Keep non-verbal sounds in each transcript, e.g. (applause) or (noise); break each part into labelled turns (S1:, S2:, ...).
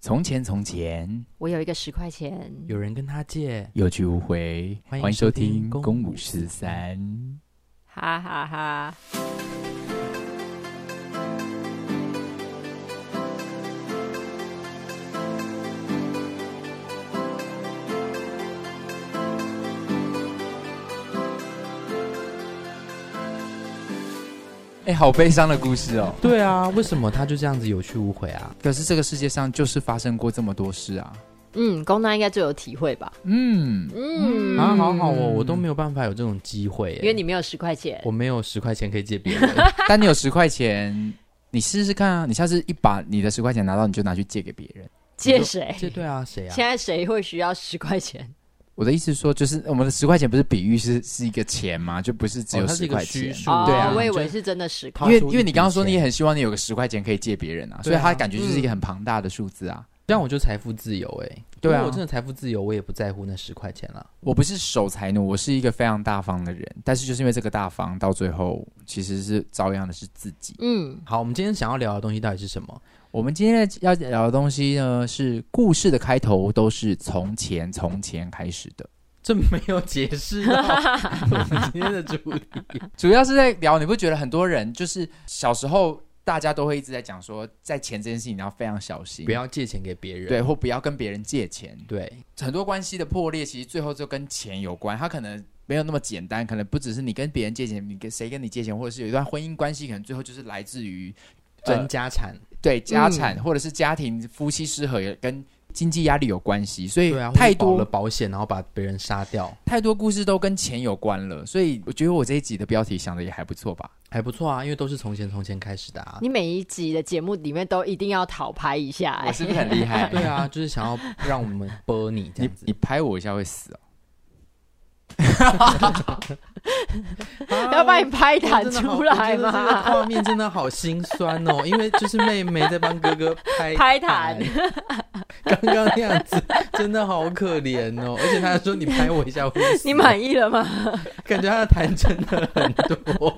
S1: 从前，从前，
S2: 我有一个十块钱，
S3: 有人跟他借，
S1: 有去无回。
S3: 欢迎
S1: 欢迎收
S3: 收听
S1: 听《
S3: 公
S1: 公
S3: 五
S1: 五十
S3: 十
S1: 三》。
S2: 哈哈哈
S1: 哎，好悲伤的故事哦。
S3: 对啊，为什么他就这样子有去无回啊？
S1: 可是这个世界上就是发生过这么多事 (laughs) 啊。
S2: 嗯，公娜应该最有体会吧？
S1: 嗯，
S2: 嗯，
S3: 啊，好好哦，我都没有办法有这种机会耶，
S2: 因为你没有十块钱，
S1: 嗯
S3: 我没有十块钱可以借别
S2: (laughs)
S3: 人。
S1: 但你有十块钱，你试试看啊。你下次一把你的十块钱拿到，你就拿去借给别人。
S2: 借谁？
S3: 这对啊，谁啊？
S2: 现在谁会需要十块钱？
S1: 我的意思说，就是我们的十块钱不是比喻是是一个钱吗？就不是只有
S3: 哦它是
S1: 十
S3: 一个
S1: 块钱
S3: 虚。数
S2: 哦
S1: 对啊
S2: 我以为是真的十块
S3: 掏
S1: 因。为
S3: 出一
S1: 因为你
S3: 笔
S1: 刚刚说
S3: 钱
S1: 你也很希望你有个十块钱可以借别人啊，所以
S3: 对啊
S1: 他感觉就是一个很庞大的数字啊。
S3: 这样我就财富自由哎。
S1: 对啊
S3: 如果我真的财富自由，我也不在乎那十块钱了。
S1: 我不是守财奴，我是一个非常大方的人，但是就是因为这个大方，到最后其实是遭殃的是自己。
S2: 嗯，
S3: 好，我们今天想要聊的东西到底是什么？
S1: 我们今天要聊的东西呢，是故事的开头都是从前从前开始的，
S3: 这没有解
S2: (laughs)
S3: 释到我们今天的主题。
S1: 主要是在聊，你不觉得很多人就是小时候大家都会一直在讲说，在钱这件事情你要非常小心，
S3: 不要借钱给别人。
S1: 对，或不要跟别人借钱，
S3: 对，
S1: 很多关系的破裂，其实最后就跟钱有关。它可能没有那么简单，可能不只是你跟别人借钱，你跟谁跟你借钱，或者是有一段婚姻关系，可能最后就是来自于呃
S3: 争家产。
S1: 对家产、或者是家庭夫妻失和，也跟经济压力有关系。所以
S3: 对啊，
S1: 太
S3: 或者保
S1: 多
S3: 了保险，然后把别人杀掉，
S1: 太多故事都跟钱有关了。所以我觉得我这一集的标题想的也还不错 (laughs) 吧。
S3: 还不错啊，因为都是从前从前开始的啊。
S2: 你每一集的节目里面都一定要讨拍一下、哎
S1: 我是不是很厉 (laughs) 害？
S3: 对啊，就是想要让我们播你这
S1: 你
S3: 样子
S1: 你。拍我一下会死哦。
S2: (laughs) 要把你拍弹
S3: 真的好
S2: 出来
S3: 啊我觉得这个
S2: 嘛？
S3: 画面真的好心酸
S2: (laughs)
S3: 哦，因为就是妹妹在帮哥哥拍
S2: 拍弹，
S3: (laughs) 刚刚那样子真的好可怜哦。而且他还说你拍我一下，我会
S2: (laughs)
S3: 死
S2: 你满意了吗？
S3: 感觉他的弹真的很多，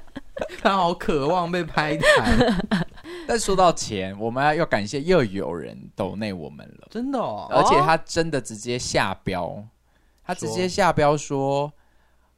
S3: (laughs) 他好渴望被
S2: (laughs)
S3: 拍弹，
S1: 但说到钱，我们要要感谢又有人抖内我们了。
S3: 真的哦。
S2: 呃
S1: 而且他真的直接下标，他直接下标说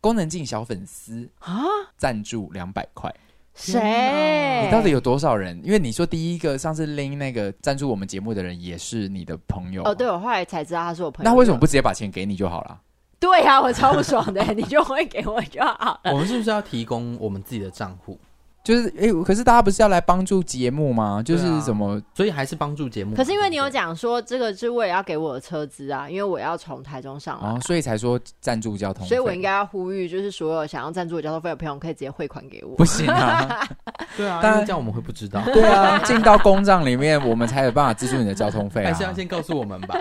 S1: 功能性小粉丝
S2: 啊，
S1: 赞助两百块。
S2: 谁？
S1: 你到底有多少人？因为你说第一个上次拎那个赞助我们节目的人也是你的朋友，
S2: 哦，对，，我后来才知道他是我朋友。
S1: 那为什么不直接把钱给你就好了？
S2: 对啊，我超不爽的， (laughs) 你就会给我就好。
S3: 我们是不是要提供我们自己的账户？
S1: 就是哎、诶可是大家不是要来帮助节目吗？就
S3: 对
S1: 是
S3: 啊
S1: 怎么？
S3: 所以还是帮助节
S1: 嗯
S3: 目嘛。
S2: 可是因为你有
S3: 对不对，
S2: 讲说这个是为了要给我的车资啊，因为我要从台中上来啊、
S1: 哦，所以才说赞助交通费，
S2: 所以我应该要呼吁，就是所有想要赞助我交通费的朋友，可以直接汇款给我
S1: 不。行
S2: (laughs)
S1: 啊，
S3: 对啊，
S1: 当
S3: 因
S1: 然
S3: 为这样我们会不知道，
S1: 对啊，进到公账里面，我们才有办法资助你的交通费啊
S3: 还。是要先告诉我们吧。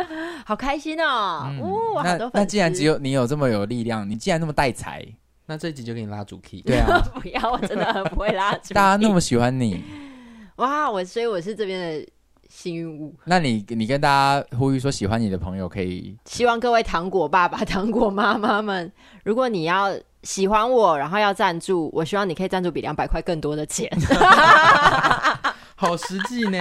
S2: 好开心哦！
S1: 嗯
S2: 哦，我好多
S1: 那
S2: 粉丝。
S1: 那既然只有你有这么有力量，你既然那么带财，
S3: 那这一集就给你拉主 key。
S1: 对啊，
S2: (laughs) 不要，我真的很不会拉主
S1: (laughs)
S2: 意。
S1: 大家那么喜欢你，
S2: (laughs) 哇，我所以我是这边的幸运物。
S1: 那你你跟大家呼吁说，喜欢你的朋友可以
S2: 希望各位糖果爸爸、糖果妈妈们，如果你要喜欢我，然后要赞助，我希望你可以赞助比两百块更多的
S1: (laughs)
S2: 钱，
S3: (laughs) 好实际呢，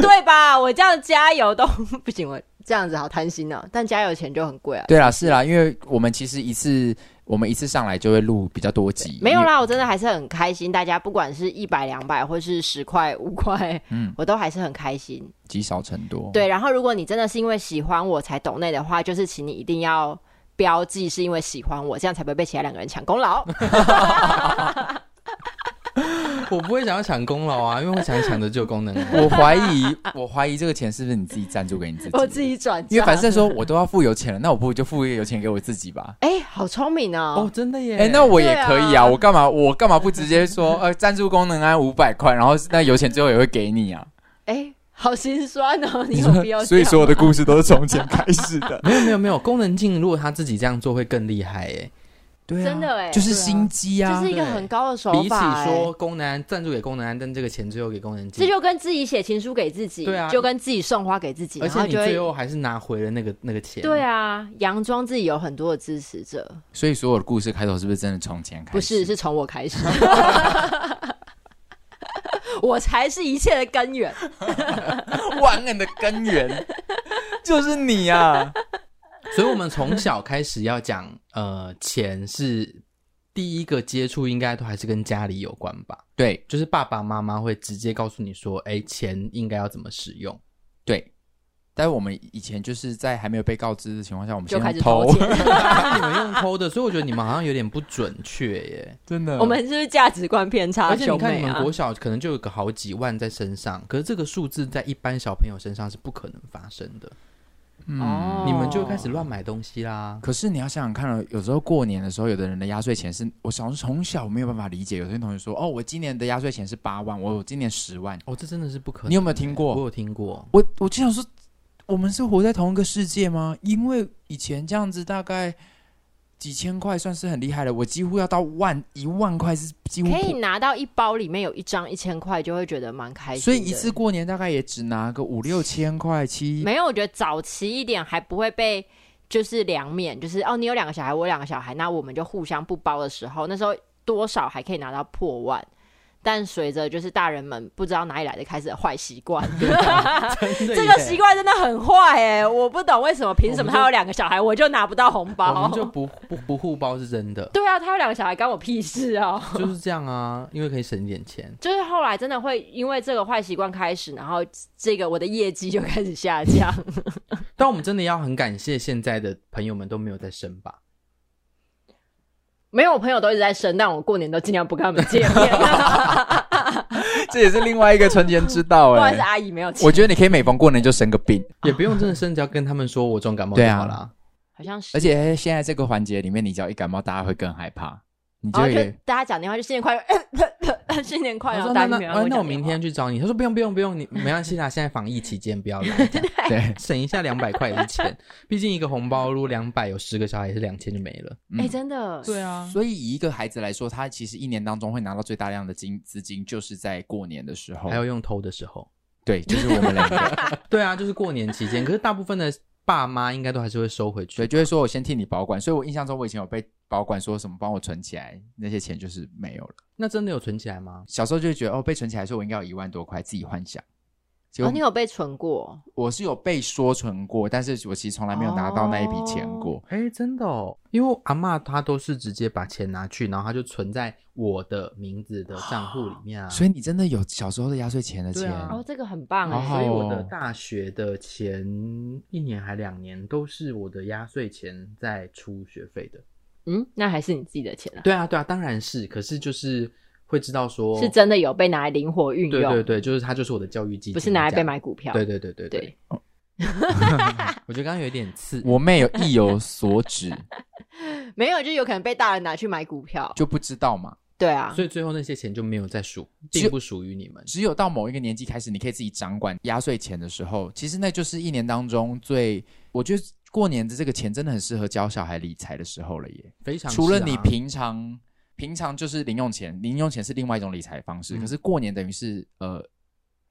S2: 对吧？我这样加油都 (laughs) 不行，我这样子好贪心哦。但加油钱就很贵啊。
S1: 对啦，是啦，因为我们其实一次我们一次上来就会录比较多集，
S2: 没有
S1: 因为，
S2: 啦，我真的还是很开心。大家不管是一百、两百，或是十块、五块，
S1: 嗯哦
S2: 我都还是很开心。
S1: 积少成多。，
S2: 对，然后如果你真的是因为喜欢我才懂内的话，就是请你一定要标记是因为喜欢我，这样才不会被其他两个人抢功劳。
S3: (laughs) 我不会想要抢功劳啊，因为我想抢的就有功能啊。
S1: 我怀疑， (laughs) 我怀疑这个钱是不是你自己赞助给你自己？
S2: 我自，己转
S1: 因为
S2: 账，
S1: 反正说我都要付油钱了，那我不如就付一个油钱给我自己吧。
S2: 哎，好聪明哦！
S3: 哦，真的耶！
S1: 哎、那我也可以
S2: 对
S1: 啊，
S2: 啊
S1: 我干嘛我干嘛不直接说，呃，赞助功能啊五百块，然后那油钱最后也会给你啊？
S2: 哎，好心酸哦， (laughs)
S1: (laughs)
S2: 你有
S1: 说
S2: 必要这样吗？
S1: 所以所有的故事都是从前开始的，
S3: 没有没有没有，功能镜如果他自己这样做会更厉害耶。
S1: (laughs) 对啊，
S2: 真的哎
S1: 就是心机啊，
S2: 这是一个
S3: 对
S2: 很高的手
S3: 比起
S2: 法。哎
S3: 说功能赞助给功能，但这个钱最后给功能
S2: 这
S3: 镜，
S2: 就跟自己写情书给自己，
S3: 对啊
S2: 就跟自己送花给自己，
S3: 而
S2: 然
S3: 且
S2: 后
S3: 你
S2: 就会
S3: 最后还是拿回了那个那个钱。
S2: 对，啊，佯装自己有很多的支持者，
S1: 所以所有的故事开头是不是真的从前开始？
S2: 不是，是从我开始。 (laughs) 我才是一切的根源。
S1: 万恶的根
S2: (laughs)
S1: 源就是你啊！
S3: 所以我们从小开始要讲，呃，钱是第一个接触，应该都还是跟家里有关吧？
S1: 对
S3: 就是爸爸妈妈会直接告诉你说，哎，钱应该要怎么使用。
S1: 对，但是我们以前就是在还没有被告知的情况下，我们
S2: 就
S1: 先
S2: 开始
S1: 偷
S2: 投，钱。
S3: 但 (laughs) 是你们用偷的，所以我觉得你们好像有点不准确耶。
S1: (laughs) 真的
S2: 我们是不是价值观偏差
S3: 嗯而且
S2: 兄
S3: 你看，你
S2: 妹
S3: 们
S2: 啊
S3: 国？小可能就有个好几万在身上，可是这个数字在一般小朋友身上是不可能发生的。
S2: 哦
S3: 你们就开始乱买东西啦。
S1: 嗯可是你要想想看哦，有时候过年的时候，有的人的压岁钱是我小从小没有办法理解。有些同学说：“哦，我今年的压岁钱是八万，我今年十万。
S3: 哦，这真的是不可能。
S1: 你有没有听过
S3: 我有听
S1: (laughs)
S3: 过。
S1: 我”我就想说，我们是活在同一个世界吗？因为以前这样子大概几千块算是很厉害的，我几乎要到万一万块是几乎
S2: 可以拿到一包里面有一张一千块，就会觉得蛮开心的。
S1: 所以一次过年大概也只拿个五六千块七。
S2: 没有，我觉得早期一点还不会被就是两面，就是哦，你有两个小孩，我有两个小孩，那我们就互相不包的时候，那时候多少还可以拿到破万。但随着就是大人们不知道哪里来的开始的坏习惯，
S3: 真的
S2: 这
S3: 耶
S2: 个习惯真的很坏哎、我不懂为什么，凭什么他有两个小孩我就拿不到红
S3: 我
S2: 包，
S3: 们？就不不不互包是真的
S2: 对啊，他有两个小孩干我屁事哦。
S3: 就是这样啊，因为可以省一点钱。
S2: 就是后来真的会因为这个坏习惯开始，然后这个我的业绩就开始下降。
S3: 但我们真的要很感谢现在的朋友们都没有在生吧，
S2: 没有，我朋友都一直在生，但我过年都尽量不跟他们见面。
S1: 这也是另外一个存钱之道
S2: (laughs)
S1: 欸
S2: 不好意思，阿啊姨没有钱，
S1: 我觉得你可以每逢过年就生个病，
S3: 也不用真的生，只要跟他们说我重感冒就
S1: 对啊
S3: 好啦。
S2: 好像是。
S1: 而且现在这个环节里面，你只要一感冒，大家会更害怕，你
S2: 然
S1: 就
S2: 后就
S1: 也
S2: 大家讲电话，就新年快乐，新年快
S3: 我
S2: 乐，
S3: 说
S2: 大家
S3: 那那
S2: 没有
S3: 那那我明天去找你。他说不用不用不用，你没关系啦，现在防疫期间不要来，这样
S1: 对，
S3: 省一下两百块也是 (laughs) 钱，毕竟一个红包如果两百有十个小孩也是两千就没了。
S1: 嗯
S2: 哎，真的，
S3: 对啊，
S1: 所以以一个孩子来说，他其实一年当中会拿到最大量的金资金，就是在过年的时候。
S3: 还有用偷的时候，
S1: 对，就是我们两个，
S3: 对啊，就是过年期间，可是大部分的爸妈应该都还是会收回
S1: 所以
S3: 去。
S1: 就会说我先替你保管。所以我印象中，我以前有被保管说什么帮我存起来，那些钱就是没有了。
S3: 那真的有存起来吗？
S1: 小时候就会觉得哦，被存起来，说我应该有一万多块，自己幻想。结
S2: 哦，你
S1: 果
S2: 有被存过？
S1: 我是有被说存过，但是我其实从来没有拿到那一笔钱过。
S3: 哎，真的哦，因为阿嬷她都是直接把钱拿去，然后她就存在我的名字的账户里面啊，
S1: 所以你真的有小时候的压岁钱的
S3: 对
S1: 钱，
S3: 啊
S2: 哦，这个很棒
S1: 好好
S3: 所
S2: 哎，
S3: 以我的
S1: 哦
S3: 大学的前一年还两年都是我的压岁钱在出学费的。
S2: 嗯，那还是你自己的钱啊，
S3: 对啊，对啊，当然是，可是就是会知道说
S2: 是真的有被拿来灵活运
S3: 对对
S2: 用，
S3: 对，就是它就是我的教育基金，
S2: 不是拿来
S3: 这
S2: 被
S3: 样
S2: 买。股票。
S3: 对对对对对，
S2: 对，
S3: 我觉得刚刚有一点刺。
S1: 我妹有意有所指，
S2: 没有，就有可能被大人拿去买股票。
S1: 就不知道嘛。
S2: 对啊，
S3: 所以最后那些钱就没有再属，
S1: 只
S3: 并不属于你们。
S1: 只有到某一个年纪开始，你可以自己掌管压岁钱的时候，其实那就是一年当中最，我觉得过年的这个钱真的很适合教小孩理财的时候了耶。
S3: 非常
S1: 除
S3: 是
S1: 了
S3: 啊
S1: 你平常平常就是零用钱，零用钱是另外一种理财方式，
S3: 嗯
S1: 可是过年等于是呃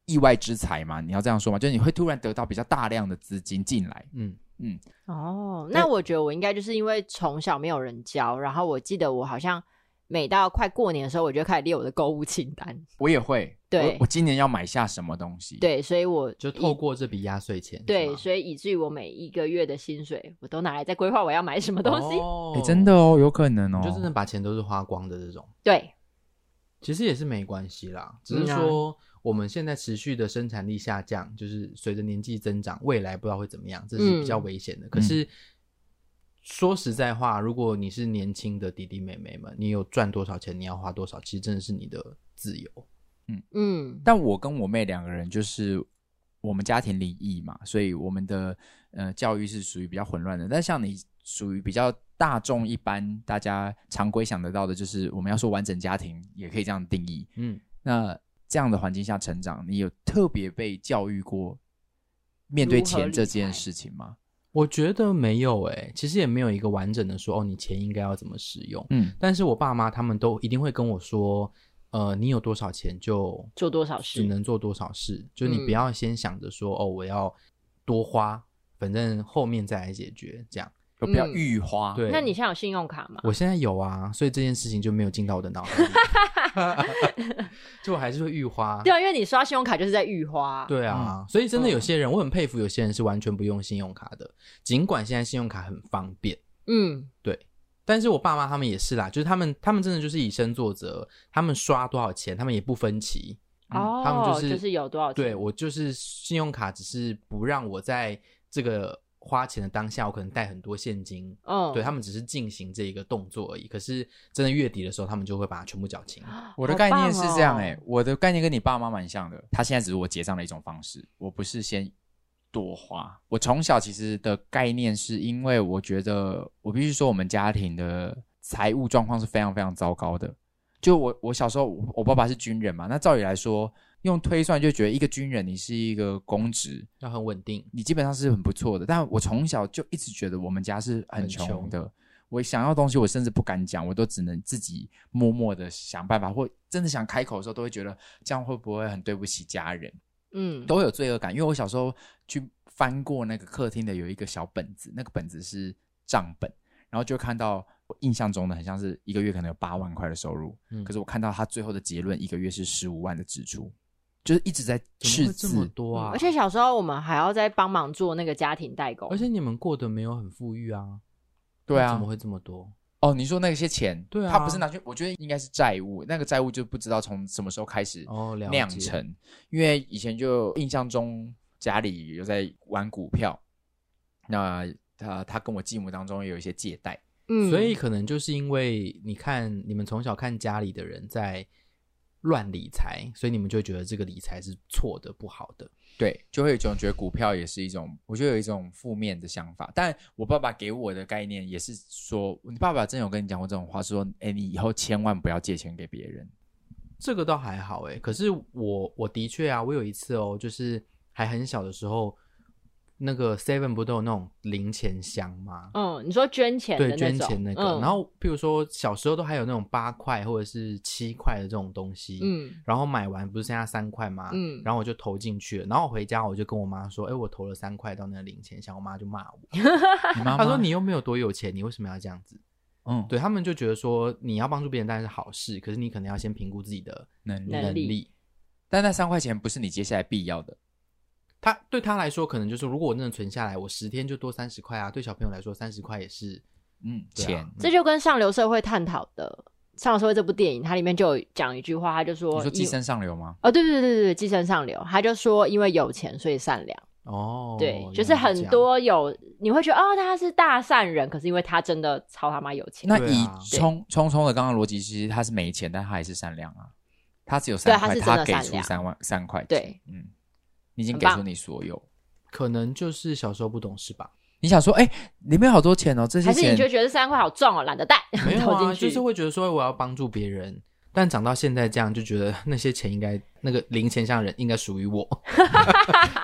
S1: 意外之财嘛，你要这样说嘛，就是你会突然得到比较大量的资金进来，
S3: 嗯，
S2: 哦，那我觉得我应该就是因为从小没有人教，然后我记得我好像每到快过年的时候，我就开始列我的购物清单。
S1: 我也会，
S2: 对
S1: 我我今年要买下什么东西，，
S2: 对，所以我
S3: 就透过这笔压岁钱，
S2: 对，所以以至于我每一个月的薪水，我都拿来在规划我要买什么
S3: 以
S2: 东西。
S1: 哎、真的，哦，有可能哦，
S3: 你就真的把钱都是花光的这种。
S2: 对，
S3: 其实也是没关系啦，只是
S2: 嗯啊
S3: 说我们现在持续的生产力下降，就是随着年纪增长，未来不知道会怎么样，这是比
S2: 嗯
S3: 较危险的。可是说实在话，如果你是年轻的弟弟妹妹们，你有赚多少钱，你要花多少，其实真的是你的自由。
S2: 嗯，
S1: 但我跟我妹两个人就是我们家庭离异嘛，所以我们的呃教育是属于比较混乱的。但像你属于比较大众一般，大家常规想得到的就是我们要说完整家庭，也可以这样定义。
S3: 嗯，
S1: 那这样的环境下成长，你有特别被教育过面对钱这件事情吗？
S3: 我觉得没有诶、其实也没有一个完整的说哦，你钱应该要怎么使用。
S1: 嗯，
S3: 但是我爸妈他们都一定会跟我说，呃，你有多少钱就
S2: 做多少
S3: 只
S2: 事，
S3: 能做多少事，就是你
S2: 嗯
S3: 不要先想着说、哦，我要多花，反正后面再来解决这样。
S1: 有比较
S2: 嗯
S1: 御花，
S3: 对
S2: 那你现在有信用卡吗？
S3: 我现在有啊，所以这件事情就没有进到我的脑海里，
S2: (laughs)
S3: 就我还是会御花。
S2: 对啊，因为你刷信用卡就是在御花。，
S3: 对啊，所以真
S2: 嗯
S3: 的有些人，我很佩服有些人是完全不用信用卡的，尽管现在信用卡很方便，
S2: 嗯，
S3: 但是我爸妈他们也是啦，就是他们他们真的就是以身作则，他们刷多少钱，他们也不分期。
S1: 嗯
S2: 哦，
S3: 他们就
S2: 就是有多少钱？
S3: 对我就是信用卡，只是不让我在这个花钱的当下，我可能带很多现金。
S2: 嗯，
S3: 对他们只是进行这一个动作而已，可是真的月底的时候，他们就会把它全部缴清。
S1: 我的
S2: 好
S1: 概念
S2: 棒
S1: 是这样
S2: 哦
S1: 哎、我的概念跟你爸妈蛮像的。他现在只是我结账的一种方式，我不是先多花。我从小其实的概念是因为我觉得，我必须说我们家庭的财务状况是非常非常糟糕的。就我我小时候，我我爸爸是军人嘛，那照理来说，用推算就觉得一个军人你是一个公职，
S3: 要很稳定，
S1: 你基本上是很不错的。但我从小就一直觉得我们家是很
S3: 很
S1: 穷
S3: 穷
S1: 的，我想要东西我甚至不敢讲，我都只能自己默默的想办法，或真的想开口的时候，都会觉得这样会不会很对不起家人，
S2: 嗯
S1: 都会有罪恶感。因为我小时候去翻过那个客厅的有一个小本子，那个本子是账本，然后就看到。我印象中的很像是一个月可能有八万块的收入，
S3: 嗯
S1: 可是我看到他最后的结论，一个月是十五万的支出，就是一直在
S3: 怎么
S1: 赤
S3: 会这么
S1: 字。
S3: 多
S2: 嗯
S3: 啊？
S2: 而且小时候我们还要再帮忙做那个家庭代工，
S3: 而且你们过得没有很富裕啊？
S1: 对
S3: 怎
S1: 啊
S3: 么，会这么多？
S1: 哦，你说那些钱，
S3: 对啊
S1: 他不是拿去，我觉得应该是债务，那个债务就不知道从什么时候开始
S3: 哦，了解
S1: 酿成，因为以前就印象中家里有在玩股票，那他他跟我继母当中也有一些借贷，
S2: 嗯，
S3: 所以可能就是因为你看你们从小看家里的人在乱理财，所以你们就会觉得这个理财是错的、不好的。
S1: 对，就会有一种觉得股票也是一种，我就有一种负面的想法。但我爸爸给我的概念也是说，你爸爸真有跟你讲过这种话，是说，哎，你以后千万不要借钱给别人。
S3: 这个倒还好哎，可是我我的确啊，我有一次哦，就是还很小的时候，那个 Seven 不都有那种零钱箱吗？
S2: 嗯，你说捐钱的
S3: 对，
S2: 那
S3: 捐
S2: 种
S3: 钱那个。
S2: 嗯、
S3: 然后，譬如说小时候都还有那种八块或者是七块的这种东西，
S2: 嗯
S3: 然后买完不是剩下三块吗？
S2: 嗯
S3: 然后我就投进去了，然后我回家我就跟我妈说，哎，我投了三块到那个零钱箱，我妈就骂
S2: (laughs)
S3: 我，
S1: 你
S3: (laughs)
S1: 妈妈
S3: 她说你又没有多有钱，你为什么要这样子？
S1: 嗯，
S3: 对他们就觉得说你要帮助别人当然是好事，可是你可能要先评估自己的
S1: 能力，
S2: 能力
S1: 但那三块钱不是你接下来必要的。
S3: 他对他来说，可能就是如果我真的存下来，我十天就多三十块啊。对小朋友来说，三十块也是
S1: 嗯，
S3: 对啊
S1: 钱，
S2: 这就跟上流社会探讨的《上流社会》这部电影，它里面就有讲一句话，他就说
S1: 你说寄
S2: 因
S1: 生上流吗？
S2: 哦，对对对对对，寄生上流，他就说因为有钱所以善良，
S3: 哦，
S2: 对，就
S3: 原来
S2: 是
S3: 这
S2: 很
S3: 样。
S2: 多有你会觉得哦他是大善人，可是因为他真的超他妈有钱，
S1: 那
S3: 对
S1: 以
S3: 啊
S1: 聪聪聪的刚刚逻辑，其实他是没钱，但他还是善良啊。他只有
S2: 对啊
S1: 三块，
S2: 他是真
S1: 他
S2: 的
S1: 给
S2: 善
S1: 出
S2: 良
S1: 三万三块钱。
S2: 对，
S1: 嗯，你已经
S2: 很
S1: 给
S2: 棒
S1: 出你所有。
S3: 可能就是小时候不懂事
S2: (laughs)
S3: 吧，
S1: 你想说，哎、里面好多钱哦，这些
S2: 还是
S1: 钱
S2: 你就觉得三块好重哦，懒得带，
S3: 没有
S2: 投
S3: 啊，
S2: 进去，
S3: 就是会觉得说我要帮助别人，但长到现在这样，就觉得那些钱应该那个零钱箱人应该属于
S2: (laughs)
S3: 我，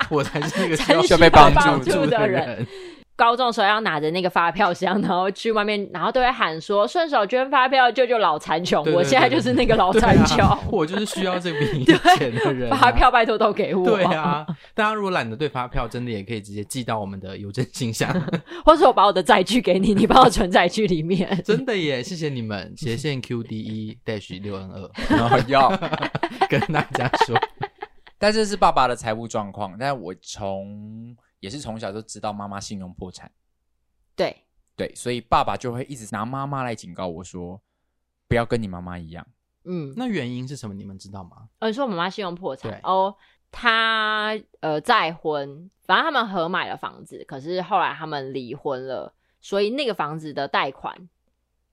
S3: 我才是那个需
S2: 才
S3: 要
S2: 是需要
S1: 被帮
S2: 帮助
S3: 助
S2: 的人
S3: 人。
S2: 高中的时候要拿着那个发票箱，然后去外面，然后都会喊说顺手捐发票救救老残穷。
S3: 对对
S2: 我现在就是那个老残
S3: 对
S2: 穷，
S3: 啊，我就是需要这笔
S2: (laughs) 对
S3: 钱的人啊、
S2: 发票拜托都给我。
S3: 对，啊，大家如果懒得对发票，真的也可以直接寄到我们的邮政信箱。
S2: 或者我把我的载具给你，你帮我存载具里
S3: (laughs)
S2: 面。
S3: 真的耶，谢谢你 (laughs) 们，斜线 QDE dash 六 N 二， (laughs)
S1: 然后要。 (laughs)
S3: 跟大家说，
S1: 但这是爸爸的财务状况。但我从也是从小就知道妈妈信用破产，
S2: (laughs) 对，
S1: 对，所以爸爸就会一直拿妈妈来警告我说，不要跟你妈妈一样。
S2: 嗯，
S3: (laughs) 那原因是什么？你们知道吗？
S2: 哦，你说我妈妈信用破产
S3: 对
S2: 哦，她呃再婚，反正他们合买了房子，可是后来他们离婚了，所以那个房子的贷款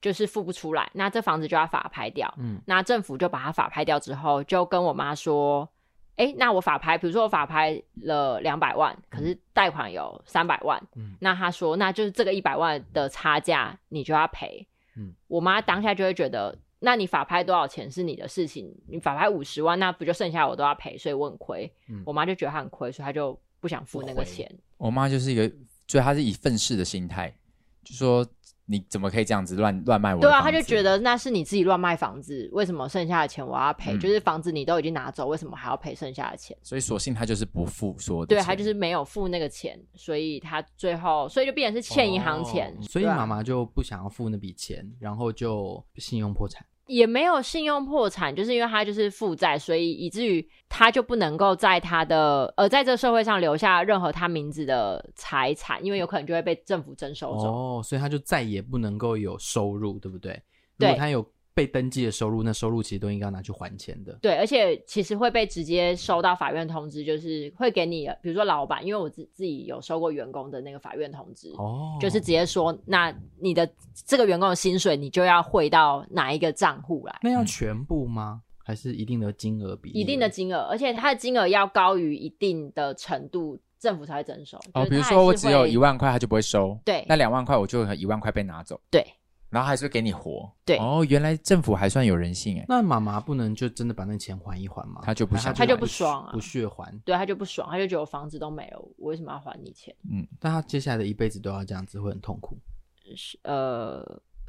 S2: 就是付不出来，那这房子就要法拍掉。
S3: 嗯，
S2: 那政府就把它法拍掉之后，就跟我妈说：“哎、那我法拍，比如说我法拍了两百万，可
S1: 嗯
S2: 是贷款有三百万，
S3: 嗯
S2: 那她说那就是这个一百万的差价你就要赔。”
S3: 嗯
S2: 我妈当下就会觉得，那你法拍多少钱是你的事情，你法拍五十万，那不就剩下我都要赔，所以我很亏。
S3: 嗯
S2: 我妈就觉得她很亏，所以她就不想付那
S3: 不
S2: 个
S3: 回
S2: 钱。
S1: 我妈就是一个，所以她是以愤世的心态，就说你怎么可以这样子乱乱卖我的
S2: 对啊，
S1: 房
S2: 他就
S1: 子
S2: 觉得那是你自己乱卖房子，为什么剩下的钱我要赔？
S1: 嗯
S2: 就是房子你都已经拿走，为什么还要赔剩下的钱？
S1: 所以索性他就是不付所有的
S2: 对，
S1: 钱
S2: 他就是没有付那个钱，所以他最后，所以就变成是欠银行钱。
S3: 哦所以
S2: 对啊
S3: 妈妈就不想要付那笔钱，然后就信用破产。
S2: 也没有信用破产，就是因为他就是负债，所以以至于他就不能够在他的呃在这社会上留下任何他名字的财产，因为有可能就会被政府征收走。
S3: 哦，所以他就再也不能够有收入，对不对？
S2: 对
S3: 如果他有被登记的收入，那收入其实都应该要拿去还钱的。
S2: 对，而且其实会被直接收到法院通知，就是会给你，呃比如说老板，因为我自自己有收过员工的那个法院通知，
S3: 哦，
S2: 就是直接说，那你的这个员工的薪水你就要汇到哪一个账户来，
S3: 那要全部吗？还是一定的金额比例？
S2: 嗯一定的金额，而且它的金额要高于一定的程度，政府才会征收。
S1: 哦，
S2: 就是
S1: 比如
S2: 它
S1: 说
S2: 还
S1: 我
S2: 是
S1: 只有
S2: 会
S1: 一，万块，他就不会收，
S2: 对
S1: 那两万块我就有一万块被拿走，
S2: 对，
S1: 然后还是会给你活，
S2: 对
S1: 哦，原来政府还算有人性哎，
S3: 那妈妈不能就真的把那钱还一还吗？
S1: 她就不想
S2: 她就不爽啊
S3: 不屑还。
S2: 对他就不爽，他就觉得我房子都没了，我为什么要还你钱？
S3: 但她接下来的一辈子都要这样子，会很痛苦。
S2: 是呃，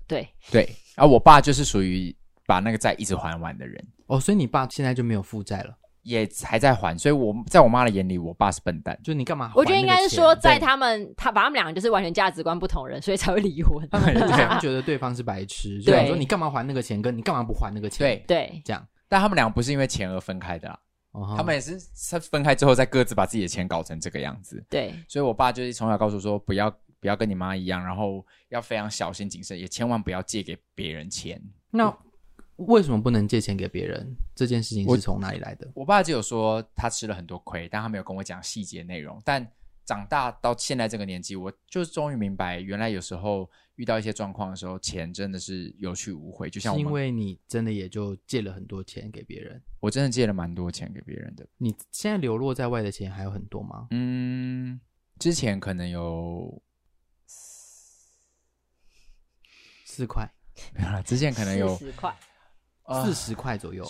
S2: 对，
S1: 对，然后我爸就是属于把那个债一直还完的人，
S3: 哦，所以你爸现在就没有负债了，
S1: 也还在还，所以我在我妈的眼里，我爸是笨蛋， (laughs)
S3: 就你干嘛还那
S2: 我
S3: 个
S2: 觉得
S3: 钱？
S2: 应该是说，
S3: 对
S2: 在他们他把他们两个就是完全价值观不同人，所以才会离婚。
S3: 他们可能觉得对方是白痴，就
S2: 对
S3: 想说你干嘛还那个钱，跟你干嘛不还那个钱？
S1: 对，
S2: 对，
S3: 这样，哦
S1: 但他们俩不是因为钱而分开的啦，啊
S3: 他
S1: 他们也是在分开之后再各自把自己的钱搞成这个样子，
S2: 对，
S1: 所以我爸就是从小告诉我说，不要不要跟你妈一样，然后要非常小心谨慎，也千万不要借给别人钱。
S3: 那为什么不能借钱给别人？这件事情
S1: 我
S3: 是从哪里来的？
S1: 我爸就有说他吃了很多亏，但他没有跟我讲细节内容。但长大到现在这个年纪，我就终于明白，原来有时候遇到一些状况的时候，钱真的是有去无回。就像
S3: 是
S1: 我
S3: 因
S1: 们，
S3: 为你真的也就借了很多钱给别人，
S1: 我真的借了蛮多钱给别人的。
S3: 你现在流落在外的钱还有很多吗？
S1: 嗯，之前可能有，
S3: 四块，
S1: 之前可能有
S2: 四十块，
S1: 呃
S3: 四十块左右。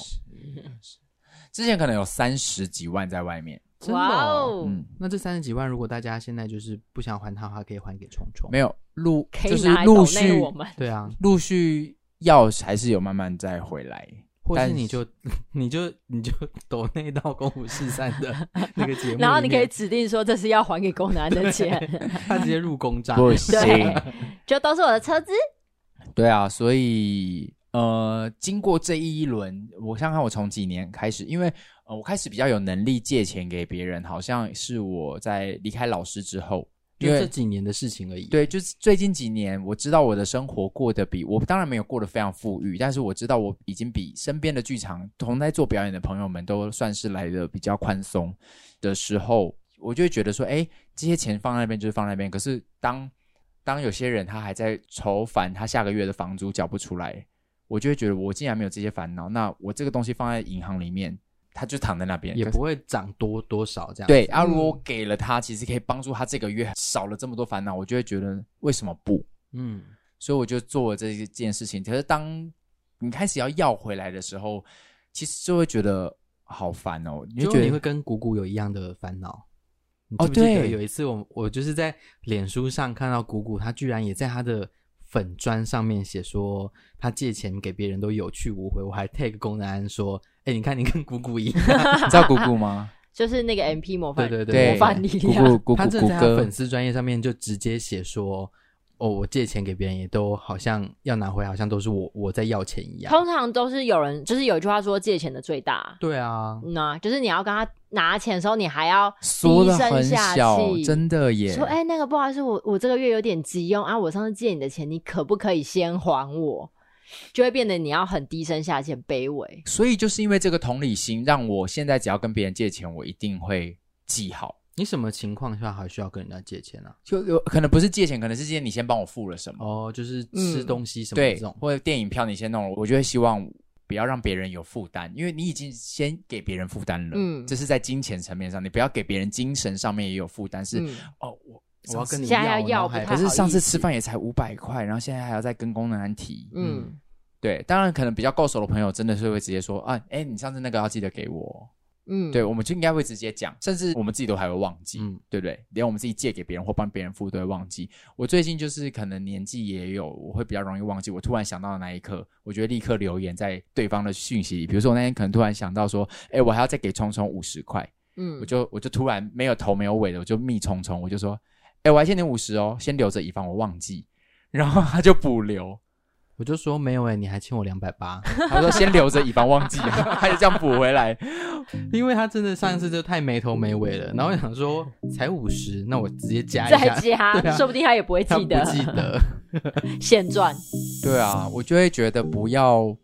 S1: 之前可能有三十几万在外面。
S3: 真的
S2: 哇
S3: 哦
S2: 哦，
S1: 嗯，
S3: 那这三十几万，如果大家现在就是不想还他的话，可以还给虫虫。
S1: 没有陆，
S2: 可
S1: 就
S2: 以
S1: 是
S2: 拿来抖
S1: 陆
S2: 内
S1: 续
S2: 我们。
S3: 对啊，
S1: 陆续要还是有慢慢再回来。
S3: 或
S1: 但
S3: 是你就你就你就 (laughs) 抖内到公五四三
S2: (laughs)
S3: 的那个节目里面，
S2: 然后你可以指定说这是要还给工男的钱， (laughs)
S3: 他直接入公账。
S1: 不行，
S2: 就都是我的车子。
S1: 对啊，所以呃，经过这一轮，我想想看我从几年开始，因为呃，我开始比较有能力借钱给别人，好像是我在离开老师之后，
S3: 就
S1: 因
S3: 这
S1: 为
S3: 几年的事情而已。，
S1: 对，就是最近几年，我知道我的生活过得比我当然没有过得非常富裕，但是我知道我已经比身边的剧场同在做表演的朋友们都算是来的比较宽松的时候，我就会觉得说，哎，这些钱放在那边就是放在那边。可是当当有些人他还在愁烦他下个月的房租缴不出来，我就会觉得我竟然没有这些烦恼，那我这个东西放在银行里面，它就躺在那边，
S3: 也
S1: 可
S3: 不嗯会涨多多少这样。
S1: 对，啊，如果我给了他，其实可以帮助他这个月少了这么多烦恼，我就会觉得为什么不？
S3: 嗯，
S1: 所以我就做了这一件事情。可是当你开始要要回来的时候，其实就会觉得好烦哦，你
S3: 就
S1: 就觉
S3: 你会
S1: 得
S3: 跟谷谷有一样的烦恼。你
S1: 哦
S3: 记不记得
S1: 对
S3: 有一次我我就是在脸书上看到谷谷，他居然也在他的粉砖上面写说他借钱给别人都有去无回，我还 tag 龚南安说，哎、你看你跟谷谷一样， (laughs)
S1: 你知道姑姑
S2: (laughs)
S1: 吗？
S2: 就是那个 MP 模
S3: 对
S2: 范，
S3: 对
S1: 对，
S2: 模范力
S1: 姑
S2: 量
S1: 姑姑
S3: 他
S1: 姑
S3: 真的
S1: 姑
S3: 在他
S1: 哥
S3: 粉，丝专业上面就直接写说，哦，我借钱给别人也都好像要拿回，好像都是我我在要钱一样。
S2: 通常都是有人，就是有一句话说借钱的最大，
S3: 对啊，
S2: 嗯啊，就是你要跟他拿钱的时候，你还要
S1: 缩的很
S2: 低声下
S1: 小，
S2: 气
S1: 真的耶
S2: 说，。哎、那个不好意思，我我这个月有点急用啊，我上次借你的钱，你可不可以先还我？就会变得你要很低声下气、很卑微。
S1: 所以就是因为这个同理心，让我现在只要跟别人借钱，我一定会记好。
S3: 你什么情况下还需要跟人家借钱啊？
S1: 就有可能不是借钱，可能是今天你先帮我付了什么。
S3: 哦，就是吃
S2: 嗯
S3: 东西什么
S1: 对
S3: 这种，。
S1: 或者电影票你先弄了，我就会希望不要让别人有负担，因为你已经先给别人负担了，
S2: 嗯
S1: 这是在金钱层面上，你不要给别人精神上面也有负担，是、
S2: 嗯，
S1: 哦，我
S3: 我要跟你
S2: 现在要
S3: 然后
S2: 要
S3: 还
S1: 可
S2: 不太
S1: 是
S2: 好
S1: 上
S2: 意
S1: 次
S2: 思
S1: 吃饭也才五百块，然后现在还要再跟工人提，
S2: 嗯，
S1: 对，当然可能比较够熟的朋友真的是会直接说啊，哎，你上次那个要记得给我，
S2: 嗯，
S1: 对，我们就应该会直接讲，甚至我们自己都还会忘记，
S3: 嗯
S1: 对不对？连我们自己借给别人或帮别人付都会忘记。我最近就是可能年纪也有，我会比较容易忘记。我突然想到的那一刻，我就会立刻留言在对方的讯息里。比如说我那天可能突然想到说，哎，我还要再给聪聪五十块，
S2: 嗯
S1: 我，就我就突然没有头没有尾的，我就密聪聪，我就说，哎，我还欠你五十哦，先留着以防我忘记。然后他就补留，
S3: 我就说没有哎、你还欠我两百
S2: (laughs)
S3: 八，
S1: 他说先留着以防忘记，啊 (laughs) 他就这样补回来。
S3: 因为他真的上一次就太没头没尾了，然后我
S2: (laughs)
S3: 想说才五十，那我直接加一
S2: 再
S1: (laughs)
S3: 下，
S2: 加，
S3: 对啊
S2: 说不定他也不会
S3: (laughs) 他
S2: 记
S3: 不
S2: 得，
S3: 记得， (laughs)
S2: 现赚。
S1: 对啊，我就会觉得不要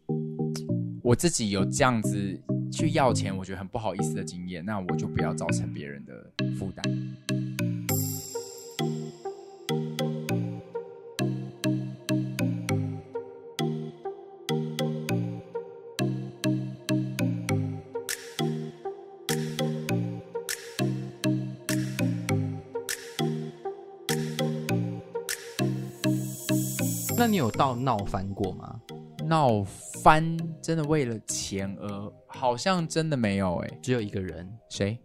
S1: 我自己有这样子去要钱，我觉得很不好意思的经验，那我就不要造成别人的负担。
S3: 那你有到闹翻过吗？
S1: 闹翻真的为了钱而，好像真的没有哎、
S3: 只有一个人，
S1: 谁？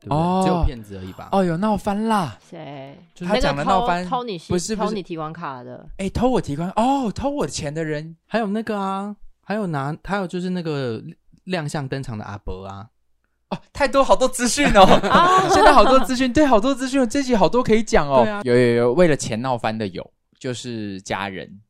S3: 对不对？
S1: 哦
S3: 只有骗子而已吧。
S1: 哦，有闹翻啦！
S2: 谁？
S1: 就是他讲的
S2: 那个
S1: 闹翻
S2: 偷偷你信
S1: 不是不
S2: 偷
S1: 是
S2: 你提款卡的，
S1: 哎，偷我提款哦，偷我的钱的人
S3: 还有那个啊，还有拿，还有就是那个亮相登场的阿伯啊，
S1: 哦，太多好多资讯
S3: (laughs)
S1: 哦，现在好多资讯，对，好多资讯，这集好多可以讲哦。
S3: 对啊
S1: 有有有，为了钱闹翻的有，就是家人，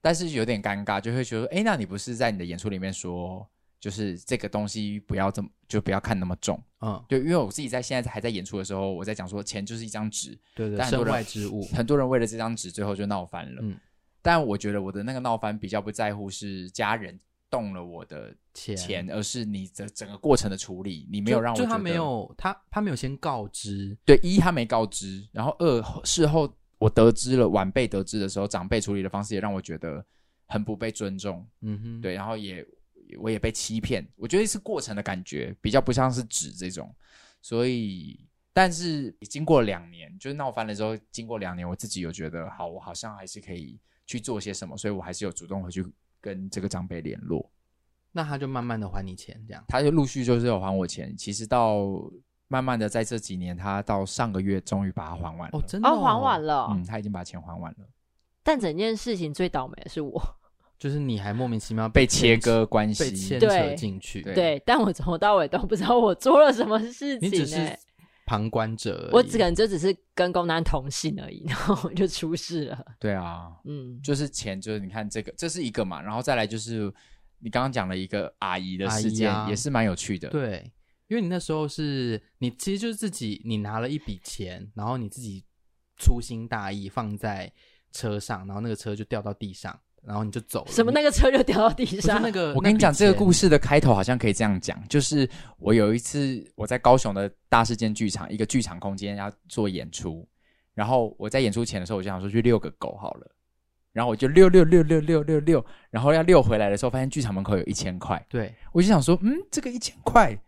S1: 但是有点尴尬，就会觉得，哎，那你不是在你的演出里面说，就是这个东西不要这么，就不要看那么重，
S3: 嗯，
S1: 对，因为我自己在现在还在演出的时候，我在讲说，钱就是一张纸，
S3: 对对，
S1: 但很
S3: 身
S1: 多人
S3: 外之物，
S1: 很多人为了这张纸最后就闹翻了，
S3: 嗯
S1: 但我觉得我的那个闹翻比较不在乎是家人动了我的
S3: 钱
S1: 钱，而是你的整个过程的处理，你没有
S3: 就
S1: 让我
S3: 就
S1: 觉
S3: 他
S1: 得
S3: 没有他他没有先告知，
S1: 对，一他没告知，然后二事后我得知了，晚辈得知的时候，长辈处理的方式也让我觉得很不被尊重，
S3: 嗯哼，，
S1: 对，然后也我也被欺骗，我觉得是过程的感觉，比较不像是纸这种，所以。但是经过两年，就是闹翻了之后，经过两年，我自己有觉得，好，我好像还是可以去做些什么，所以我还是有主动回去跟这个长辈联络。
S3: 那他就慢慢的还你钱，这样，
S1: 他就陆续就是有还我钱。其实到慢慢的在这几年，他到上个月终于把它还完了。
S3: 哦，真的
S2: 哦，还完
S3: 了，
S2: 了。
S1: 嗯，他已经把钱还完了，
S2: 但整件事情最倒霉的是我，
S3: 就是你还莫名其妙
S1: 被切
S3: 牵
S1: 割关系。
S3: 被牵扯
S2: 对
S3: 进去，
S1: 对
S2: 对，但我从头到尾都不知道我做了什么事
S3: 你只
S2: 情、
S3: 是
S2: 欸。
S3: 旁观者而已，
S2: 我只可能就只是跟宫南同姓而已，然后我就出事了。
S1: 对啊，
S2: 嗯，
S1: 就是钱，就是你看这个，这是一个嘛，然后再来就是你刚刚讲了一个阿姨的
S3: 阿姨
S1: 事件，
S3: 啊
S1: 也是蛮有趣的。，
S3: 对，因为你那时候是你其实就是自己，你拿了一笔钱，然后你自己粗心大意放在车上，然后那个车就掉到地上，然后你就走了。
S2: 什么
S3: 你
S2: 那个车就掉到地
S3: 不是
S2: 上，
S3: 那个，
S1: 我跟你讲，这个故
S3: 事，
S1: 事的开头好像可以这样讲，就是我有一次我在高雄的大事件剧场一个剧场空间要做演出，然后我在演出前的时候，我就想说去遛个狗好了，然后我就遛遛遛遛遛遛遛，然后要遛回来的时候，发现剧场门口有一千块，
S3: 对，
S1: 我就想说，嗯，这个一千块，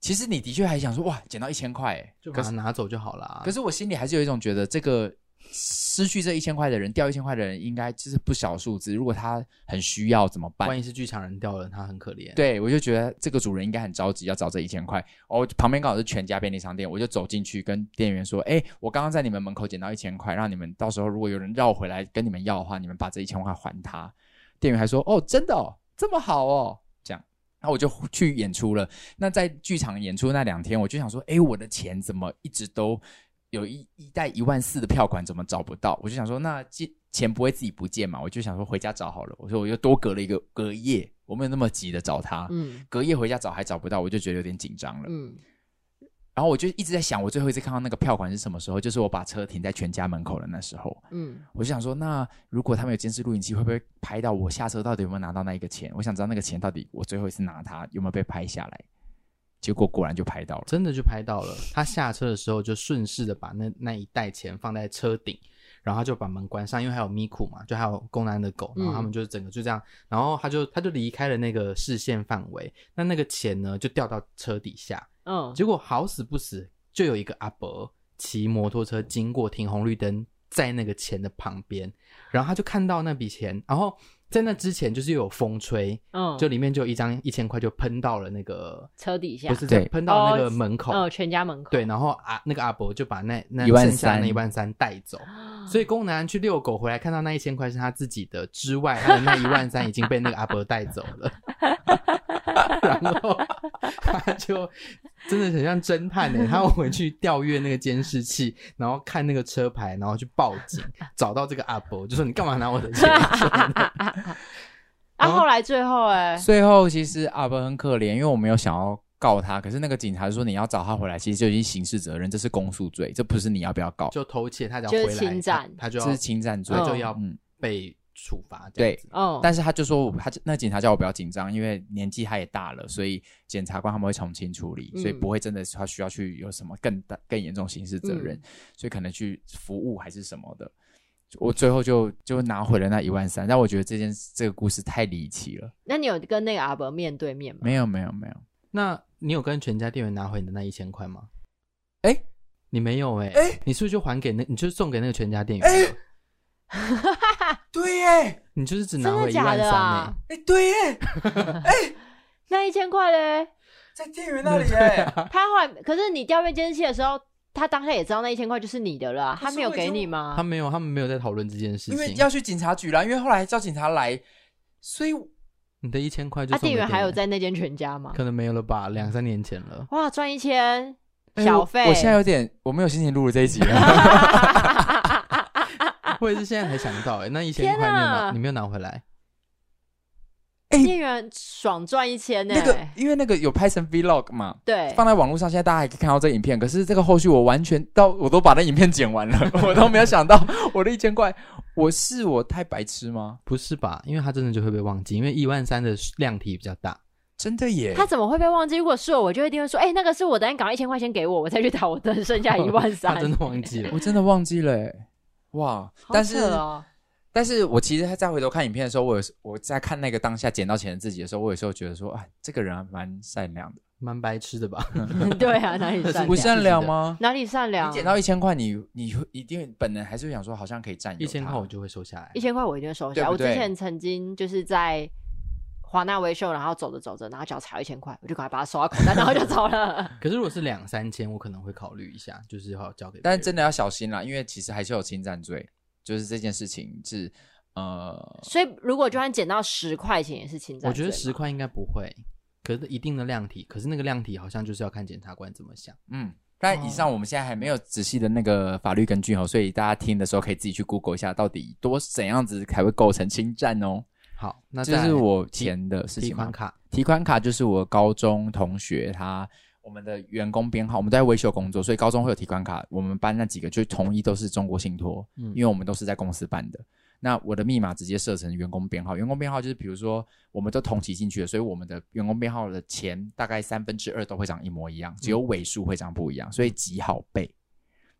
S1: 其实你的确还想说，哇，捡到一千块，哎
S3: 就把
S1: 可
S3: 它
S1: 是
S3: 拿走就好了。啊
S1: 可是我心里还是有一种觉得，这个失去这一千块的人，掉一千块的人，应该就是不小数字。如果他很需要怎么办？
S3: 万一是剧场人掉了，他很可怜。，
S1: 对，我就觉得这个主人应该很着急要找这一千块。哦，旁边刚好是全家便利商店，我就走进去跟店员说：“哎，我刚刚在你们门口捡到一千块，让你们到时候如果有人绕回来跟你们要的话，你们把这一千块还他。”店员还说：“哦，真的哦，这么好哦。”这样，然后我就去演出了。那在剧场演出那两天，我就想说：“哎，我的钱怎么一直都有一一袋一万四的票款怎么找不到？”我就想说：“那这钱不会自己不见嘛？”我就想说回家找好了。我说我又多隔了一个隔夜，我没有那么急的找他。
S2: 嗯
S1: 隔夜回家找还找不到，我就觉得有点紧张了。
S2: 嗯，
S1: 然后我就一直在想，我最后一次看到那个票款是什么时候？就是我把车停在全家门口的那时候。
S2: 嗯，
S1: 我就想说，那如果他们有监视录影机，会不会拍到我下车到底有没有拿到那一个钱？我想知道那个钱到底我最后一次拿它有没有被拍下来。结果果然就拍到了。
S3: 真的就拍到了。他下车的时候就顺势的把那那一袋钱放在车顶，然后他就把门关上，因为还有咪咕嘛，就还有公安的狗，然后他们就整个就这样，然后他就他就离开了那个视线范围，那那个钱呢就掉到车底下，
S2: 嗯，
S3: 结果好死不死就有一个阿伯骑摩托车经过停红绿灯，在那个钱的旁边，然后他就看到那笔钱，然后。在那之前就是又有风吹，
S2: 嗯，
S3: 就里面就有一张一千块就喷到了那个，
S2: 车底下，
S3: 不是在
S1: 对
S3: 喷到
S2: 哦
S3: 那个门口，
S2: 呃，全家门口，
S3: 对，然后啊那个阿伯就把那那
S1: 一万
S3: 剩下那
S1: 三
S3: 一万三带走，
S2: 啊
S3: 所以宫南去遛狗回来看到那一千块是他自己的之外，他的那一万三已经被那个阿伯带走了， (laughs) 然后他就真的很像侦探呢、他回去调阅那个监视器，然后看那个车牌，然后去报警，找到这个阿伯，就说你干嘛拿我的钱？ (laughs)
S2: 啊，
S3: 然后
S2: 后来最后哎、
S1: 最后其实阿伯很可怜，因为我没有想要告他，可是那个警察说你要找他回来，其实就已经刑事责任，这是公诉罪，这不是你要不要告，
S3: 就偷窃，他只要
S2: 就是
S3: 回来，
S2: 侵
S3: 他
S2: 占
S3: 他就
S1: 这
S3: 要
S1: 是侵占罪
S3: 他，就
S2: 嗯
S3: 要
S1: 嗯。
S3: 被处罚这样
S1: 对
S3: 子。
S2: 哦，
S1: 但是他就说我，他那警察叫我不要紧张，因为年纪他也大了，所以检察官他们会从轻处理，
S2: 嗯
S1: 所以不会真的是他需要去有什么更大、更严重刑事责任，
S2: 嗯
S1: 所以可能去服务还是什么的。我最后就就拿回了那一万三，但我觉得这件这个故事太离奇了。
S2: 那你有跟那个阿伯面对面吗？
S1: 没有没有没有，
S3: 那你有跟全家店员拿回你的那一千块吗？
S1: 哎
S3: 你没有哎、
S1: 哎
S3: 你是不是就还给那？你就是送给那个全家店员了？
S1: 对耶，
S3: 你就是只
S2: 真
S3: 拿
S2: 的
S3: 回一
S2: 假
S3: 万
S2: 的
S3: 三哎
S2: 啊？？
S1: 哎对耶，
S2: 那一千块嘞？
S1: 在店员 (laughs) 那里耶，
S3: 啊
S2: 他后来，可是你调阅监视器的时候，他当下也知道那一千块就是你的了啊，他没有给你吗
S3: 他？没有，他们没有在讨论这件事
S1: 因为
S3: 情。
S1: 要去警察局啦，因为后来叫警察来，所以
S3: 你的一千块就
S2: 啊，
S3: 送给
S2: 店员还有
S3: 店
S2: 在那间全家吗
S3: 员，？可能没有了吧？两三年前了。
S2: 哇，赚一千
S1: 哎
S2: 小
S1: 我
S2: 费，
S1: 我现在有点我没有心情录了这一集
S2: (laughs)
S1: 了。
S3: 我也是现在才想
S2: (laughs)
S3: 到哎、那一千
S2: 啊天
S3: 块你有
S2: 啊
S3: 拿，你没有拿回来？
S2: 店员爽赚一千呢、
S1: 哎那个因为那个有拍成 vlog 嘛，
S2: 对，
S1: 放在网络上，现在大家还可以看到这个影片。可是这个后续我完全到我都把那影片剪完
S2: (laughs)
S1: 了，我都没有想到我的一千块，我是我太白痴吗？
S3: 不是吧？因为他真的就会被忘记，因为一万三的量体比较大。
S1: 真的耶！
S2: 他怎么会被忘记？如果是我，我就一定会说，哎、那个是我的，你赶快一千块钱给我，我再去打我的剩下一万三。
S3: (laughs) 他真的忘记了。
S1: 我真的忘记了耶，哇！
S2: 好
S1: 但是、
S2: 扯哦、
S1: 但是我其实再回头看影片的时候，我有时我在看那个当下捡到钱的自己的时候，我有时候觉得说，哎，这个人还蛮善良的，
S3: 蛮白痴的吧？
S2: 对啊，哪里
S3: 可是
S2: 善
S1: 不
S3: 我
S2: 良？
S1: 善良吗？
S2: 哪里善良
S1: 你？捡到一千块，你你会一定本能还是会想说，好像可以占有它
S3: 一千块我就会收下来
S2: 一。千块我一定会收下。
S1: 对不对
S2: 我之前曾经就是在华纳维秀，然后走着走着，然后脚踩到一千块，我就赶快把它收到口袋，然后就走
S3: (laughs)
S2: 了。
S3: 可是如果是两三千，我可能会考虑一下，就是要交给别人。
S1: 但真的要小心啦，因为其实还是有侵占罪，就是这件事情是呃，
S2: 所以如果就算捡到十块钱，也是侵占罪吗。
S3: 我觉得十块应该不会，可是一定的量体，可是那个量体好像就是要看检察官怎么想。
S1: 嗯。但以
S3: 哦
S1: 上我们现在还没有仔细的那个法律根据哦，所以大家听的时候可以自己去 Google 一下，到底多怎样子才会构成侵占哦。
S3: 好，那
S1: 这
S3: 再
S1: 是
S3: 来
S1: 我钱的事
S3: 提
S1: 情吗
S3: 款？卡，
S1: 提款卡就是我高中同学他我们的员工编号，我们都在维修工作，所以高中会有提款卡。我们班那几个就统一都是中国信托，
S3: 嗯
S1: 因为我们都是在公司办的。那我的密码直接设成员工编号，员工编号就是比如说我们都同期进去了，所以我们的员工编号的前大概三分之二都会长一模一样，只有尾数会长不一样，所以极好背。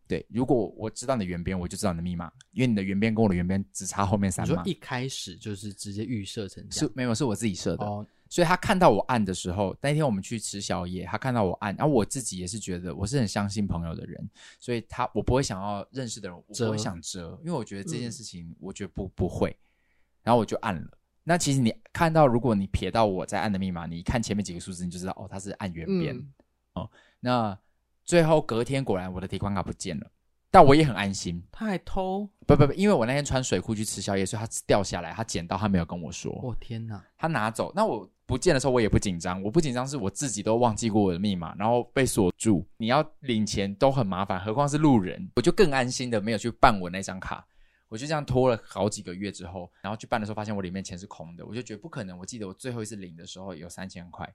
S1: 对，如果我知道你的原编，我就知道你的密码，因为你的原编跟我的原编只差后面
S3: 你
S1: 三
S3: 说
S1: 码
S3: 一。开始就是直接预设成这
S1: 是
S3: 样
S1: 没有是我自己设的，
S3: 哦，
S1: 所以他看到我按的时候，那天我们去吃宵夜，他看到我按，啊然、后我自己也是觉得我是很相信朋友的人，所以他我不会想要认识的人，我不会
S3: 遮
S1: 想遮，因为我觉得这件事情我觉得不不会，然后我就按了。那其实你看到，如果你瞥到我在按的密码，你一看前面几个数字，你就知道哦，他是按原边。
S2: 嗯
S1: 那最后隔天果然我的提款卡不见了，但我也很安心，
S3: 他还偷，
S1: 不不不，因为我那天穿水裤去吃宵夜，所以他掉下来，他捡到，他没有跟我说。
S3: 我、哦天哪！
S1: 他拿走，那我不见的时候我也不紧张，我不紧张是我自己都忘记过我的密码，然后被锁住，你要领钱都很麻烦，何况是路人，我就更安心的没有去办我那张卡，我就这样拖了好几个月之后，然后去办的时候发现我里面钱是空的，我就觉得不可能，我记得我最后一次领的时候有三千块。